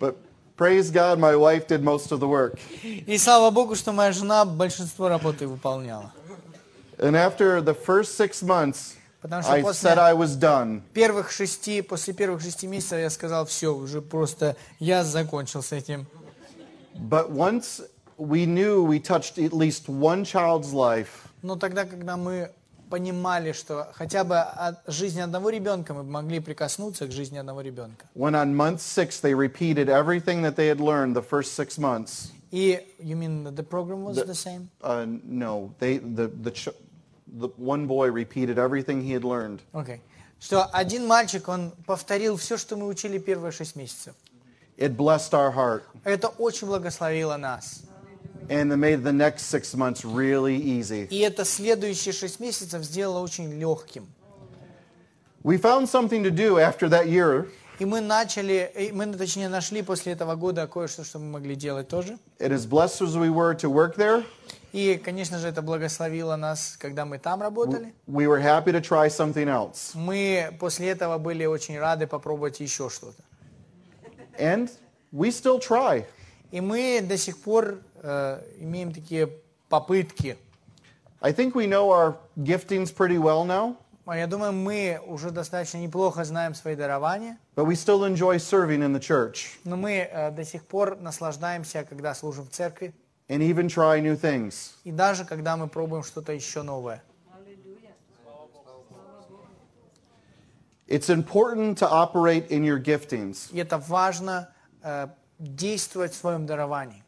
[SPEAKER 1] But praise God, my wife did most of the work.
[SPEAKER 2] И слава богу, что моя жена большинство работы выполняла.
[SPEAKER 1] And after the first six months,
[SPEAKER 2] Потому что
[SPEAKER 1] I
[SPEAKER 2] после-
[SPEAKER 1] said I was done.
[SPEAKER 2] Первых шести, после первых шести месяцев я сказал, все, уже просто я закончил с этим.
[SPEAKER 1] But once we knew we touched at least one child's life,
[SPEAKER 2] Но Ну, тогда, когда мы понимали, что хотя бы от жизни одного ребенка мы могли прикоснуться к жизни одного ребенка.
[SPEAKER 1] when on month six they repeated everything that they had learned the first six months.
[SPEAKER 2] И, you mean that the program was the same?
[SPEAKER 1] Uh, no, they the the, ch- the one boy repeated everything he had learned,
[SPEAKER 2] Окей. Что один мальчик, он повторил все, что мы учили первые шесть месяцев.
[SPEAKER 1] it blessed our heart,
[SPEAKER 2] Это очень благословило нас.
[SPEAKER 1] and it made the next six months really easy.
[SPEAKER 2] И это следующие шесть месяцев сделало очень легким.
[SPEAKER 1] We found something to do after that year,
[SPEAKER 2] И мы начали, и мы, точнее, нашли после этого года кое-что, что мы могли делать тоже.
[SPEAKER 1] and as blessed as we were to work there,
[SPEAKER 2] И, конечно же, это благословило нас, когда мы там работали.
[SPEAKER 1] we were happy to try something else.
[SPEAKER 2] Мы после этого были очень рады попробовать еще что-то.
[SPEAKER 1] And we still try.
[SPEAKER 2] И мы до сих пор э, имеем такие попытки.
[SPEAKER 1] I think we know our giftings pretty well now,
[SPEAKER 2] А Я думаю, мы уже достаточно неплохо знаем свои дарования,
[SPEAKER 1] but we still enjoy serving in the church
[SPEAKER 2] но мы э, до сих пор наслаждаемся, когда служим в церкви,
[SPEAKER 1] and even try new things.
[SPEAKER 2] и даже когда мы пробуем что-то еще новое.
[SPEAKER 1] It's important to operate in your giftings.
[SPEAKER 2] И это важно э, действовать в своем даровании.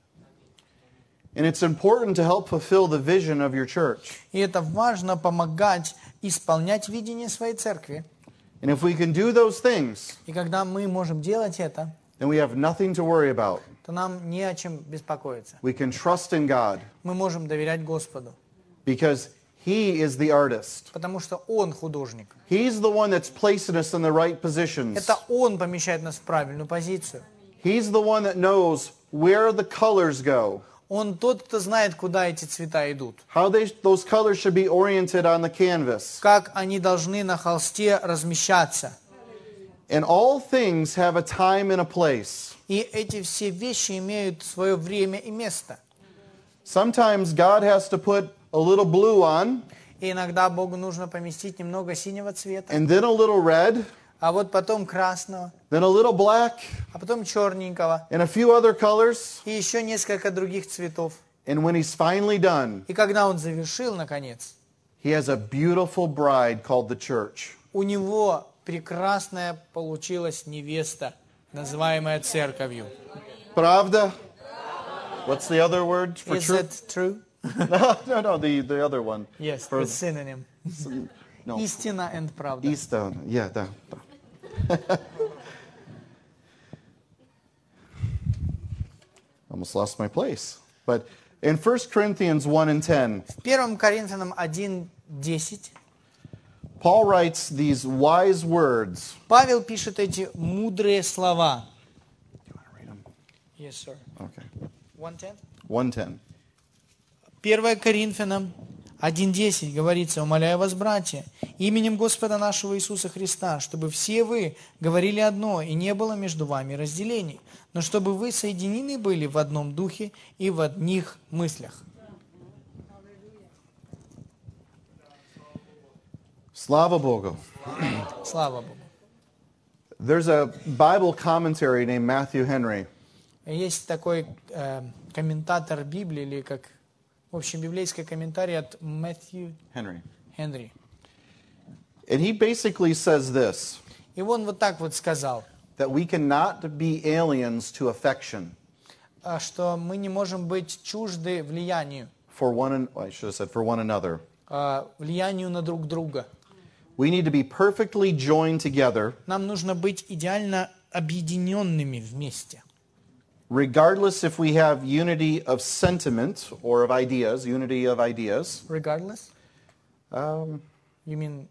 [SPEAKER 1] And it's important to help fulfill the vision of your church.
[SPEAKER 2] И это важно помогать исполнять видение своей церкви.
[SPEAKER 1] And if we can do those things,
[SPEAKER 2] И когда мы можем делать это,
[SPEAKER 1] then we have nothing to worry about.
[SPEAKER 2] то нам не о чем беспокоиться.
[SPEAKER 1] We can trust in God
[SPEAKER 2] Мы можем доверять Господу,
[SPEAKER 1] because He is the artist.
[SPEAKER 2] потому что Он художник.
[SPEAKER 1] He's the one that's placing us in the right positions.
[SPEAKER 2] Это Он помещает нас в правильную позицию.
[SPEAKER 1] He's the one that knows where the colors go,
[SPEAKER 2] Он тот, кто знает, куда эти цвета идут.
[SPEAKER 1] how they, those colors should be oriented on the canvas.
[SPEAKER 2] как они должны на холсте размещаться.
[SPEAKER 1] And all things have a time and a place.
[SPEAKER 2] И эти все вещи имеют свое время и место.
[SPEAKER 1] Sometimes God has to put a little blue on,
[SPEAKER 2] И иногда Богу нужно поместить немного синего цвета,
[SPEAKER 1] and then a little red,
[SPEAKER 2] а вот потом красного,
[SPEAKER 1] then a little black,
[SPEAKER 2] а потом черненького,
[SPEAKER 1] and a few other colors.
[SPEAKER 2] и еще несколько других цветов.
[SPEAKER 1] And when He's finally done,
[SPEAKER 2] И когда он завершил, наконец,
[SPEAKER 1] He has a beautiful bride called the church.
[SPEAKER 2] у него прекрасная получилась невеста, называемая церковью.
[SPEAKER 1] Pravda. What's the other word for
[SPEAKER 2] Is
[SPEAKER 1] truth?
[SPEAKER 2] that true?
[SPEAKER 1] *laughs* no, no, no, the, the other one.
[SPEAKER 2] Yes,
[SPEAKER 1] For,
[SPEAKER 2] the synonym.
[SPEAKER 1] no,
[SPEAKER 2] Истина and правда.
[SPEAKER 1] Ista. Yeah, da. da. *laughs* Almost lost my place. But in 1 Corinthians 1 and 10,
[SPEAKER 2] В 1 Коринфянам 1.10
[SPEAKER 1] Paul writes these wise words.
[SPEAKER 2] Павел пишет эти мудрые слова.
[SPEAKER 1] Read 'em.
[SPEAKER 2] Yes, sir.
[SPEAKER 1] Okay.
[SPEAKER 2] 1:10.
[SPEAKER 1] 110.
[SPEAKER 2] 1 Коринфянам 1.10 говорится, «Умоляю вас, братья, именем Господа нашего Иисуса Христа, чтобы все вы говорили одно, и не было между вами разделений, но чтобы вы соединены были в одном духе и в одних мыслях».
[SPEAKER 1] Slava Bogu.
[SPEAKER 2] Слава Богу.
[SPEAKER 1] There's a Bible commentary named Matthew Henry.
[SPEAKER 2] Есть такой э, комментатор Библии, или как, в общем, библейский комментарий от Мэтью
[SPEAKER 1] Henry.
[SPEAKER 2] Хенри.
[SPEAKER 1] And he basically says this
[SPEAKER 2] И он вот так вот сказал,
[SPEAKER 1] that we cannot be aliens to affection
[SPEAKER 2] а, что мы не можем быть чужды влиянию,
[SPEAKER 1] for one an- I should have said for one another.
[SPEAKER 2] а, влиянию на друг друга.
[SPEAKER 1] We need to be perfectly joined together
[SPEAKER 2] Нам нужно быть идеально объединенными вместе.
[SPEAKER 1] regardless if we have unity of sentiment or of ideas, unity of ideas.
[SPEAKER 2] Regardless? Эм, you mean...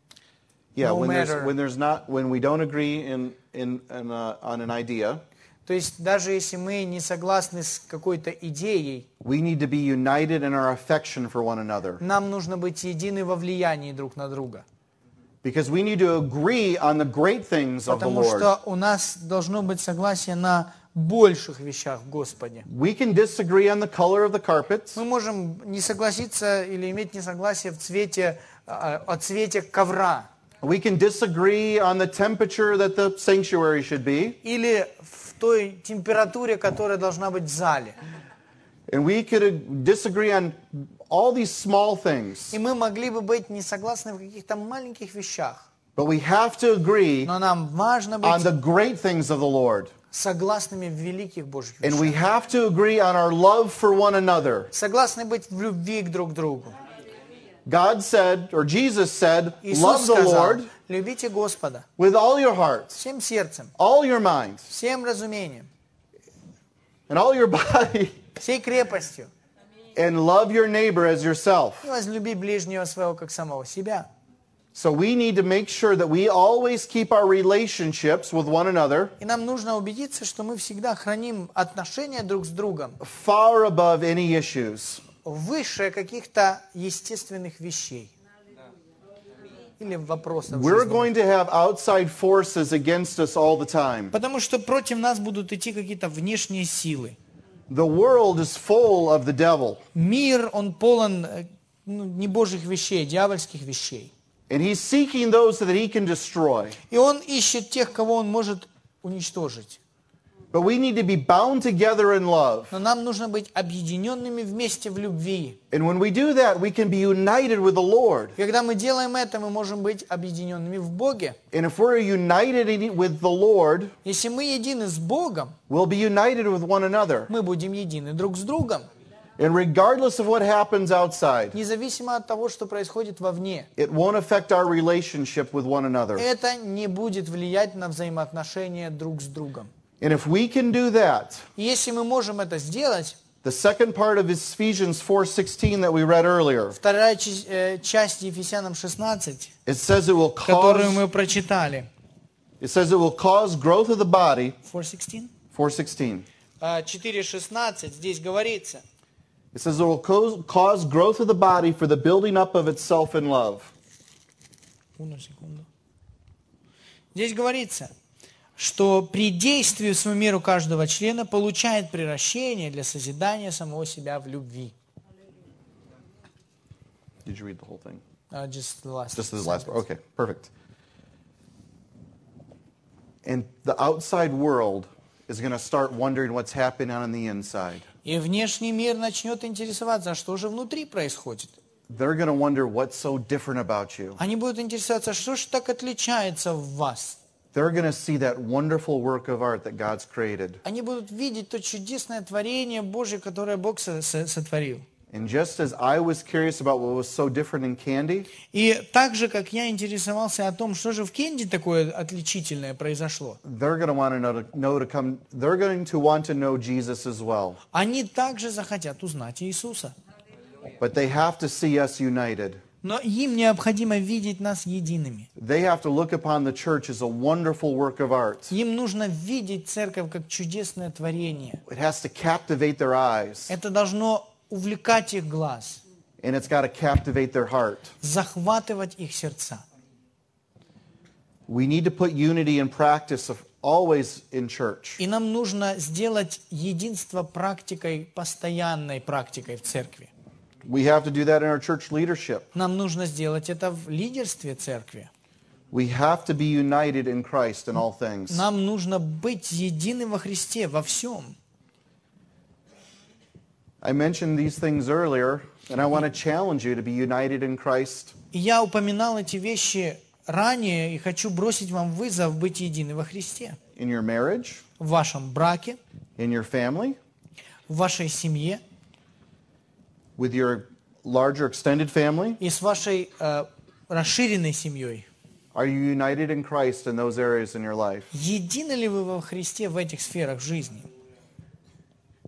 [SPEAKER 1] Yeah,
[SPEAKER 2] No
[SPEAKER 1] when
[SPEAKER 2] matter.
[SPEAKER 1] there's when there's not when we don't agree in in, in uh, on an idea,
[SPEAKER 2] То есть даже если мы не согласны с какой-то идеей,
[SPEAKER 1] we need to be united in our affection for one another.
[SPEAKER 2] нам нужно быть едины во влиянии друг на друга.
[SPEAKER 1] Because we need to agree on the great things of the
[SPEAKER 2] Потому
[SPEAKER 1] Lord.
[SPEAKER 2] что у нас должно быть согласие на больших вещах в Господе.
[SPEAKER 1] We can disagree on the color of the carpet,
[SPEAKER 2] Мы можем не согласиться или иметь несогласие в цвете, а, о цвете ковра
[SPEAKER 1] we can disagree on the temperature that the sanctuary should be,
[SPEAKER 2] или в той температуре, которая должна быть в зале.
[SPEAKER 1] and we could uh, disagree on all these small things.
[SPEAKER 2] И мы могли бы быть не согласны в каких-то маленьких вещах.
[SPEAKER 1] But we have to agree
[SPEAKER 2] Но нам важно
[SPEAKER 1] on the
[SPEAKER 2] быть
[SPEAKER 1] great things of the Lord.
[SPEAKER 2] согласными в великих Божьих
[SPEAKER 1] And we
[SPEAKER 2] вещах.
[SPEAKER 1] have to agree on our love for one another.
[SPEAKER 2] Согласны быть в любви к друг другу.
[SPEAKER 1] God said, or Jesus said,
[SPEAKER 2] Иисус
[SPEAKER 1] love the
[SPEAKER 2] сказал,
[SPEAKER 1] Lord
[SPEAKER 2] любите Господа
[SPEAKER 1] with all your heart,
[SPEAKER 2] всем сердцем,
[SPEAKER 1] all your mind,
[SPEAKER 2] всем разумением,
[SPEAKER 1] and all your *laughs* body,
[SPEAKER 2] всей крепостью.
[SPEAKER 1] and love your neighbor as yourself.
[SPEAKER 2] И возлюби ближнего своего, как самого себя.
[SPEAKER 1] So we need to make sure that we always keep our relationships with one another
[SPEAKER 2] И нам нужно убедиться, что мы всегда храним отношения друг с другом
[SPEAKER 1] far above any issues.
[SPEAKER 2] выше каких-то естественных вещей или вопросов.
[SPEAKER 1] We're
[SPEAKER 2] жизненных.
[SPEAKER 1] going to have outside forces against us all the time.
[SPEAKER 2] Потому что против нас будут идти какие-то внешние силы.
[SPEAKER 1] The world is full of the devil,
[SPEAKER 2] Мир, он полон э, ну, не божьих вещей, дьявольских вещей.
[SPEAKER 1] and he's seeking those that he can destroy.
[SPEAKER 2] И он ищет тех, кого он может уничтожить.
[SPEAKER 1] But we need to be bound together in love.
[SPEAKER 2] Но нам нужно быть объединенными вместе в любви.
[SPEAKER 1] And when we do that, we can be united with the Lord.
[SPEAKER 2] Когда мы делаем это, мы можем быть объединенными в Боге.
[SPEAKER 1] And if we're united in- with the Lord,
[SPEAKER 2] Если мы едины с Богом,
[SPEAKER 1] we'll be united with one another.
[SPEAKER 2] мы будем едины друг с другом,
[SPEAKER 1] And regardless of what happens outside,
[SPEAKER 2] независимо от того, что происходит вовне.
[SPEAKER 1] It won't affect our relationship with one another.
[SPEAKER 2] Это не будет влиять на взаимоотношения друг с другом.
[SPEAKER 1] And if we can do that,
[SPEAKER 2] И если мы можем это сделать,
[SPEAKER 1] the second part of Ephesians 4:16 that we read earlier,
[SPEAKER 2] вторая чи- э, часть Ефесянам 16,
[SPEAKER 1] it says it will
[SPEAKER 2] которую мы
[SPEAKER 1] cause
[SPEAKER 2] прочитали,
[SPEAKER 1] it says it will cause growth of the body
[SPEAKER 2] 4.16,
[SPEAKER 1] 4:16.
[SPEAKER 2] А, 4.16, здесь говорится,
[SPEAKER 1] It says it will cause cause growth of the body for the building up of itself in love.
[SPEAKER 2] Одну секунду. Здесь говорится, что при действии в свою меру каждого члена получает превращение для созидания самого себя в любви.
[SPEAKER 1] Did you read the whole thing?
[SPEAKER 2] А, just the last
[SPEAKER 1] Just this last part.
[SPEAKER 2] sentence.
[SPEAKER 1] Okay, perfect. And the outside world is going to start wondering what's happening on the inside.
[SPEAKER 2] И внешний мир начнет интересоваться, а что же внутри происходит.
[SPEAKER 1] they're going to wonder what's so different about you.
[SPEAKER 2] Они будут интересоваться, что же так отличается в вас.
[SPEAKER 1] They're going to see that wonderful work of art that God's created.
[SPEAKER 2] Они будут видеть то чудесное творение Божье, которое Бог со- со- сотворил.
[SPEAKER 1] And just as I was curious about what was so different in candy,
[SPEAKER 2] И так же, как я интересовался о том, что же в Кенди такое отличительное произошло,
[SPEAKER 1] they're going to want to know, to know to come. They're going to want to know Jesus as well.
[SPEAKER 2] они также захотят узнать Иисуса.
[SPEAKER 1] But they have to see us united.
[SPEAKER 2] Но им необходимо видеть нас едиными.
[SPEAKER 1] They have to look upon the church as a wonderful work of art.
[SPEAKER 2] Им нужно видеть церковь как чудесное творение.
[SPEAKER 1] It has to captivate their eyes,
[SPEAKER 2] Это должно увлекать их глаз,
[SPEAKER 1] and it's got to captivate their heart.
[SPEAKER 2] захватывать их сердца.
[SPEAKER 1] We need to put unity in practice of always in church.
[SPEAKER 2] И нам нужно сделать единство практикой, постоянной практикой в церкви.
[SPEAKER 1] We have to do that in our church leadership.
[SPEAKER 2] Нам нужно сделать это в лидерстве церкви.
[SPEAKER 1] We have to be united in Christ in all things.
[SPEAKER 2] Нам нужно быть едины во Христе во всем.
[SPEAKER 1] I mentioned these things earlier, and I want to challenge you to be united in Christ
[SPEAKER 2] И я упоминал эти вещи ранее и хочу бросить вам вызов быть едины во Христе.
[SPEAKER 1] in your marriage,
[SPEAKER 2] В вашем браке,
[SPEAKER 1] in your family,
[SPEAKER 2] в вашей семье
[SPEAKER 1] with your larger extended family.
[SPEAKER 2] и с вашей э, расширенной семьей.
[SPEAKER 1] Are you united in Christ in those areas in your life?
[SPEAKER 2] Едины ли вы во Христе в этих сферах жизни?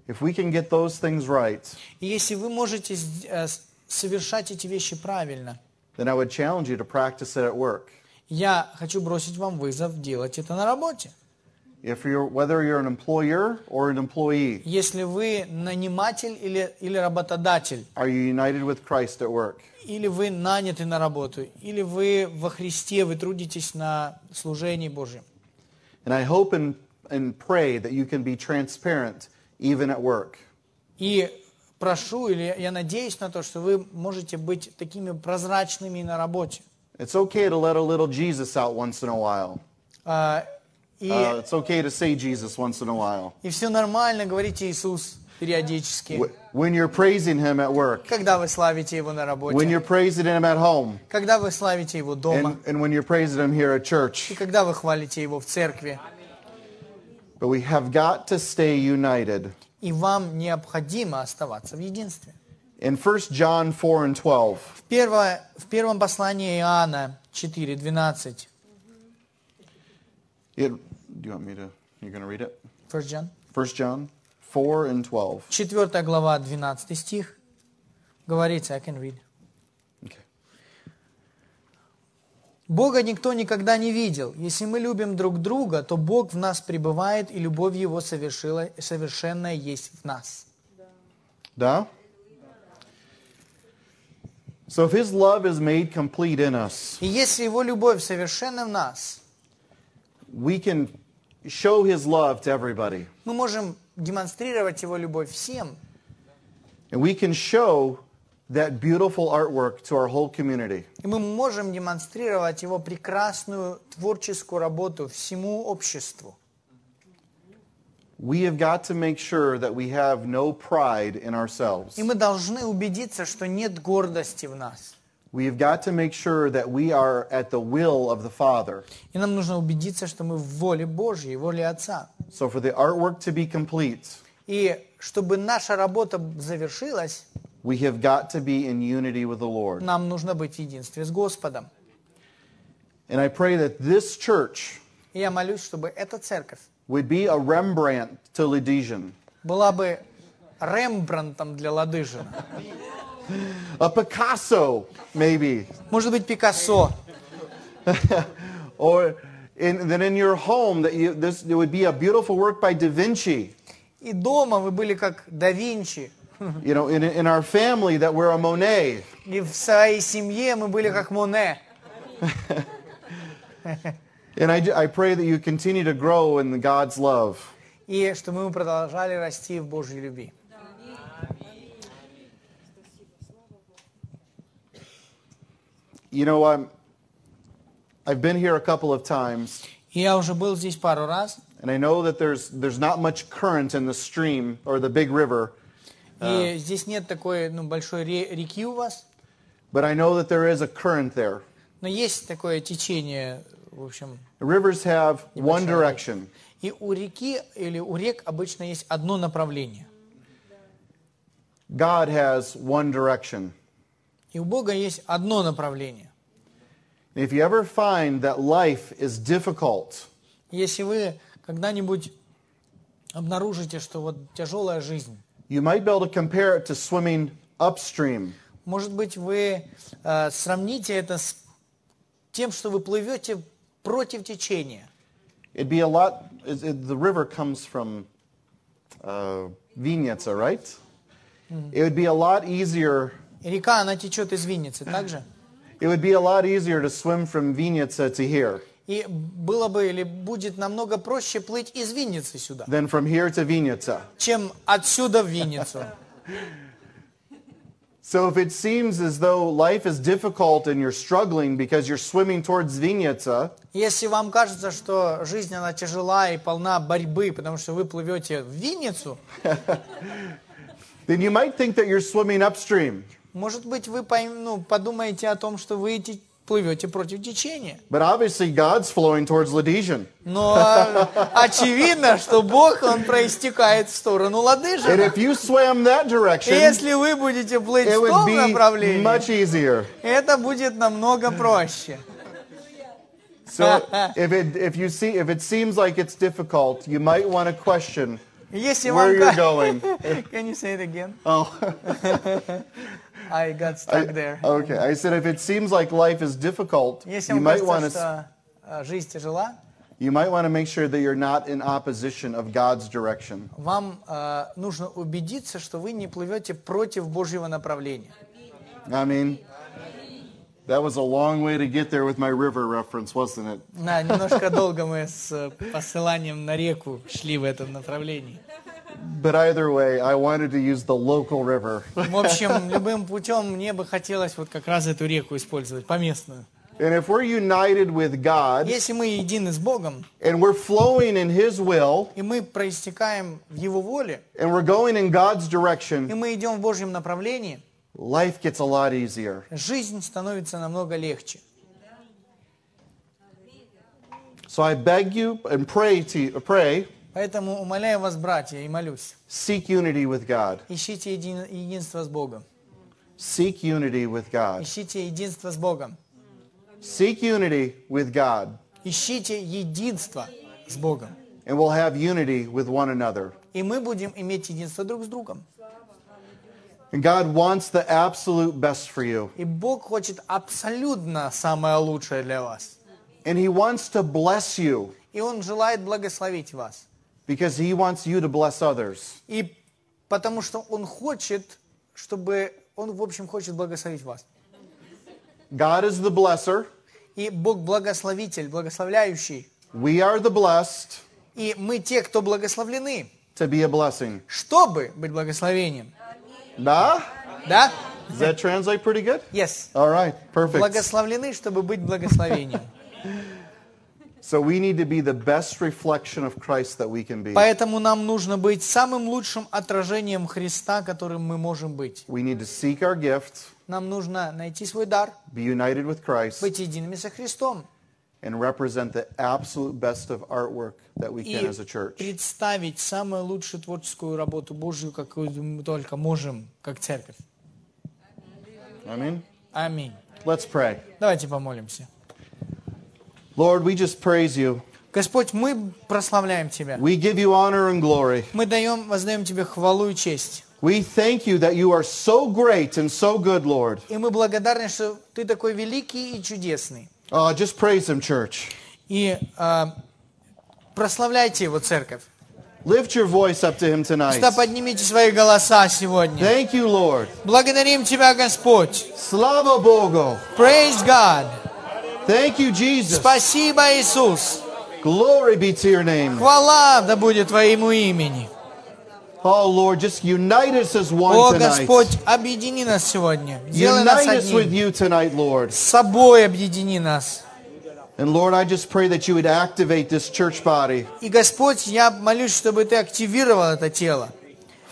[SPEAKER 1] If we can get those things right,
[SPEAKER 2] И если вы можете с- э, с- совершать эти вещи правильно,
[SPEAKER 1] then I would challenge you to practice it at work.
[SPEAKER 2] я хочу бросить вам вызов делать это на работе.
[SPEAKER 1] If you're, whether you're an employer or an employee,
[SPEAKER 2] Если вы наниматель или, или работодатель,
[SPEAKER 1] are you united with Christ at work?
[SPEAKER 2] или вы наняты на работу, или вы во Христе, вы трудитесь на служении Божьем.
[SPEAKER 1] And I hope and, and pray that you can be transparent even at work.
[SPEAKER 2] И прошу, или я надеюсь на то, что вы можете быть такими прозрачными и на работе.
[SPEAKER 1] It's okay to let a little Jesus out once in a while.
[SPEAKER 2] А, И,
[SPEAKER 1] Uh, it's okay to say Jesus once in a while.
[SPEAKER 2] и все нормально, говорите Иисус периодически.
[SPEAKER 1] Wh- When you're praising him at work,
[SPEAKER 2] Когда вы славите Его на
[SPEAKER 1] when you're
[SPEAKER 2] работе,
[SPEAKER 1] praising him at home,
[SPEAKER 2] когда вы славите Его дома,
[SPEAKER 1] and, and when you're praising him here at church.
[SPEAKER 2] и когда вы хвалите Его в церкви.
[SPEAKER 1] But we have got to stay united.
[SPEAKER 2] И вам необходимо оставаться в единстве.
[SPEAKER 1] In 1 John 4 and 12,
[SPEAKER 2] Первое, в первом послании Иоанна 4.12.
[SPEAKER 1] it, do you want me to, you're going to read it?
[SPEAKER 2] 1 John.
[SPEAKER 1] 1 John 4 and 12.
[SPEAKER 2] 4 глава, 12 стих. Говорится, I can read.
[SPEAKER 1] Okay.
[SPEAKER 2] Бога никто никогда не видел. Если мы любим друг друга, то Бог в нас пребывает, и любовь Его совершила, совершенная есть в нас.
[SPEAKER 1] Da? So if his love is made complete in us,
[SPEAKER 2] И если Его любовь совершенна в нас,
[SPEAKER 1] we can show his love to everybody.
[SPEAKER 2] мы можем демонстрировать Его любовь всем,
[SPEAKER 1] And we can show that beautiful artwork to our whole community.
[SPEAKER 2] и мы можем демонстрировать Его прекрасную творческую работу всему обществу.
[SPEAKER 1] We have got to make sure that we have no pride in ourselves.
[SPEAKER 2] И мы должны убедиться, что нет гордости в нас.
[SPEAKER 1] We have got to make sure that we are at the will of the Father.
[SPEAKER 2] И нам нужно убедиться, что мы в воле Божьей, в воле Отца.
[SPEAKER 1] So for the artwork to be complete,
[SPEAKER 2] И чтобы наша работа завершилась,
[SPEAKER 1] we have got to be in unity with the Lord.
[SPEAKER 2] нам нужно быть в единстве с Господом.
[SPEAKER 1] And I pray that this church
[SPEAKER 2] И я молюсь, чтобы эта церковь
[SPEAKER 1] would be a Rembrandt to Ladesian,
[SPEAKER 2] была бы Рембрандтом для Ладыжина.
[SPEAKER 1] a Picasso maybe,
[SPEAKER 2] Может быть, Пикассо.
[SPEAKER 1] or in, then in your home that you, this it would be a beautiful work by Da Vinci.
[SPEAKER 2] И дома вы были как да Винчи.
[SPEAKER 1] You know, in, in our family that we're a Monet.
[SPEAKER 2] И в своей семье мы были как Моне.
[SPEAKER 1] And I, ju- I pray that you continue to grow in God's love.
[SPEAKER 2] И что мы продолжали расти в Божьей любви.
[SPEAKER 1] You know, I'm, I've been here a couple of times,
[SPEAKER 2] И я уже был здесь пару раз.
[SPEAKER 1] and I know that there's, there's not much current in the stream or the big river,
[SPEAKER 2] И здесь нет такой ну, большой ре- реки у вас.
[SPEAKER 1] but I know that there is a current there.
[SPEAKER 2] Но есть такое течение, в общем.
[SPEAKER 1] Rivers have one direction.
[SPEAKER 2] И у реки или у рек обычно есть одно направление.
[SPEAKER 1] God has one direction.
[SPEAKER 2] И у Бога есть одно направление.
[SPEAKER 1] And if you ever find that life is difficult,
[SPEAKER 2] Если вы когда-нибудь обнаружите, что вот тяжелая жизнь,
[SPEAKER 1] you might be able to compare it to swimming upstream.
[SPEAKER 2] может быть, вы э, сравните это с тем, что вы плывете против течения.
[SPEAKER 1] It'd be a lot. It, it- the river comes from uh, Vinyetsa, right? It would be a lot easier.
[SPEAKER 2] И река, она течет из Винницы, так же?
[SPEAKER 1] It would be a lot easier to swim from Vinyetsa to here
[SPEAKER 2] И было бы или будет намного проще плыть из Винницы сюда,
[SPEAKER 1] than from here to Vinyetsa.
[SPEAKER 2] чем отсюда в Винницу.
[SPEAKER 1] So if it seems as though life is difficult and you're struggling because you're swimming towards Vinyetsa,
[SPEAKER 2] Если вам кажется, что жизнь, она тяжела и полна борьбы, потому что вы плывете в Винницу,
[SPEAKER 1] then you might think that you're swimming upstream.
[SPEAKER 2] может быть, вы пойм- ну, подумаете о том, что вы те- плывете против течения.
[SPEAKER 1] But obviously, God's flowing towards Ladesian.
[SPEAKER 2] Но э, очевидно, что Бог, Он проистекает в сторону
[SPEAKER 1] And
[SPEAKER 2] лодыжи.
[SPEAKER 1] if you swam that
[SPEAKER 2] И
[SPEAKER 1] direction,
[SPEAKER 2] если вы будете плыть
[SPEAKER 1] it
[SPEAKER 2] в
[SPEAKER 1] would
[SPEAKER 2] том
[SPEAKER 1] be much
[SPEAKER 2] направлении,
[SPEAKER 1] easier.
[SPEAKER 2] это будет намного проще.
[SPEAKER 1] So if it if you see if it seems like it's difficult, you might want to question
[SPEAKER 2] Если
[SPEAKER 1] where
[SPEAKER 2] вам...
[SPEAKER 1] you're
[SPEAKER 2] ка-
[SPEAKER 1] going.
[SPEAKER 2] Can you say it again? *laughs* I got stuck there.
[SPEAKER 1] Okay, I said if it seems like life is difficult,
[SPEAKER 2] Если
[SPEAKER 1] you
[SPEAKER 2] вам
[SPEAKER 1] might want
[SPEAKER 2] кажется,
[SPEAKER 1] to
[SPEAKER 2] что э, жизнь тяжела,
[SPEAKER 1] you might want to make sure that you're not in opposition of God's direction.
[SPEAKER 2] вам э, нужно убедиться, что вы не плывете против Божьего направления.
[SPEAKER 1] I mean, that was a long way to get there with my river reference, wasn't it? *laughs*
[SPEAKER 2] Да, немножко долго мы с э, посыланием на реку шли в этом направлении.
[SPEAKER 1] But either way, I wanted to use the local river.
[SPEAKER 2] В общем, любым путем мне бы хотелось вот как раз эту реку использовать, поместную.
[SPEAKER 1] And if we're united with God
[SPEAKER 2] Если мы едины с Богом,
[SPEAKER 1] and we're flowing in His will
[SPEAKER 2] и мы проистекаем в Его воле,
[SPEAKER 1] and we're going in God's
[SPEAKER 2] и
[SPEAKER 1] direction,
[SPEAKER 2] мы идем в Божьем направлении,
[SPEAKER 1] life gets a lot easier.
[SPEAKER 2] жизнь становится намного легче.
[SPEAKER 1] So I beg you and pray to pray,
[SPEAKER 2] Поэтому умоляю вас, братья, и молюсь,
[SPEAKER 1] seek unity with God.
[SPEAKER 2] ищите един- единство с Богом.
[SPEAKER 1] Seek unity with God.
[SPEAKER 2] Ищите единство с Богом.
[SPEAKER 1] Seek unity with God,
[SPEAKER 2] Ищите единство с Богом.
[SPEAKER 1] and we'll have unity with one another.
[SPEAKER 2] И мы будем иметь единство друг с другом.
[SPEAKER 1] And God wants the absolute best for you,
[SPEAKER 2] И Бог хочет абсолютно самое лучшее для вас.
[SPEAKER 1] and He wants to bless you
[SPEAKER 2] И Он желает благословить вас.
[SPEAKER 1] because He wants you to bless others.
[SPEAKER 2] И потому что Он хочет, чтобы... Он, в общем, хочет благословить вас.
[SPEAKER 1] God is the blesser.
[SPEAKER 2] И Бог благословитель, благословляющий.
[SPEAKER 1] We are the blessed
[SPEAKER 2] И мы те, кто благословлены,
[SPEAKER 1] to be a blessing.
[SPEAKER 2] чтобы быть благословением.
[SPEAKER 1] Da?
[SPEAKER 2] Да?
[SPEAKER 1] Does that translate pretty good?
[SPEAKER 2] Yes.
[SPEAKER 1] All right, perfect.
[SPEAKER 2] Благословлены, чтобы быть благословением.
[SPEAKER 1] So we need to be the best reflection of Christ that we can be.
[SPEAKER 2] Поэтому нам нужно быть самым лучшим отражением Христа, которым мы можем быть.
[SPEAKER 1] We need to seek our gift,
[SPEAKER 2] Нам нужно найти свой дар,
[SPEAKER 1] be united with Christ,
[SPEAKER 2] быть едиными со Христом
[SPEAKER 1] and represent the absolute best of artwork that we can
[SPEAKER 2] и
[SPEAKER 1] as a church.
[SPEAKER 2] представить самую лучшую творческую работу Божью, какую мы только можем, как церковь.
[SPEAKER 1] Amen.
[SPEAKER 2] Аминь.
[SPEAKER 1] Let's pray.
[SPEAKER 2] Давайте помолимся.
[SPEAKER 1] Lord, we just praise you.
[SPEAKER 2] Господь, мы прославляем Тебя.
[SPEAKER 1] We give you honor and glory.
[SPEAKER 2] Мы даем, воздаем Тебе хвалу и честь.
[SPEAKER 1] We thank you that you are so great and so good, Lord.
[SPEAKER 2] И мы благодарны, что Ты такой великий и чудесный.
[SPEAKER 1] Uh, just praise him, church.
[SPEAKER 2] И а, прославляйте Его, церковь.
[SPEAKER 1] Lift your voice up to him tonight.
[SPEAKER 2] Просто поднимите свои голоса сегодня.
[SPEAKER 1] Thank you, Lord.
[SPEAKER 2] Благодарим Тебя, Господь.
[SPEAKER 1] Slava Bogo.
[SPEAKER 2] Praise God.
[SPEAKER 1] Thank you, Jesus.
[SPEAKER 2] Спасибо, Иисус.
[SPEAKER 1] Glory be to your name.
[SPEAKER 2] Хвала да будет Твоему имени.
[SPEAKER 1] Oh, Lord, just unite us as one
[SPEAKER 2] О,
[SPEAKER 1] tonight.
[SPEAKER 2] Господь, объедини нас сегодня. Сделай нас
[SPEAKER 1] Unite us with
[SPEAKER 2] одним.
[SPEAKER 1] you tonight, Lord.
[SPEAKER 2] С собой объедини нас.
[SPEAKER 1] And Lord, I just pray that you would activate this church body,
[SPEAKER 2] И, Господь, я молюсь, чтобы Ты активировал это тело.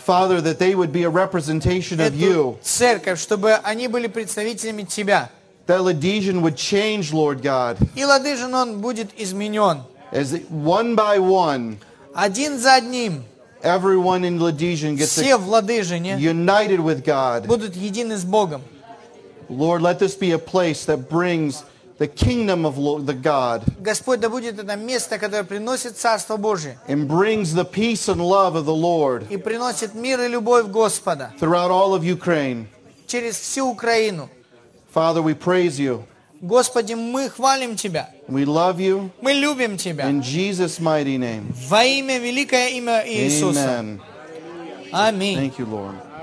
[SPEAKER 1] Father, that they would be a representation of
[SPEAKER 2] эту
[SPEAKER 1] you.
[SPEAKER 2] церковь, чтобы они были представителями Тебя.
[SPEAKER 1] That Ladesian would change, Lord God,
[SPEAKER 2] И Ладыжин, он будет изменен.
[SPEAKER 1] as one by one,
[SPEAKER 2] Один за одним
[SPEAKER 1] everyone in Ladesian gets
[SPEAKER 2] все в Ладыжине
[SPEAKER 1] united with God.
[SPEAKER 2] будут едины с Богом.
[SPEAKER 1] Lord, let this be a place that brings the kingdom of Lo- the God
[SPEAKER 2] Господь, да будет это место, которое приносит Царство Божие
[SPEAKER 1] and brings the peace and love of the Lord
[SPEAKER 2] и приносит мир и любовь Господа
[SPEAKER 1] throughout all of Ukraine.
[SPEAKER 2] через всю Украину.
[SPEAKER 1] Father, we praise you.
[SPEAKER 2] Господи, мы хвалим Тебя,
[SPEAKER 1] We love you
[SPEAKER 2] мы любим Тебя.
[SPEAKER 1] in Jesus' mighty name.
[SPEAKER 2] Во имя великое имя Иисуса.
[SPEAKER 1] Amen.
[SPEAKER 2] Аминь.
[SPEAKER 1] Thank you, Lord.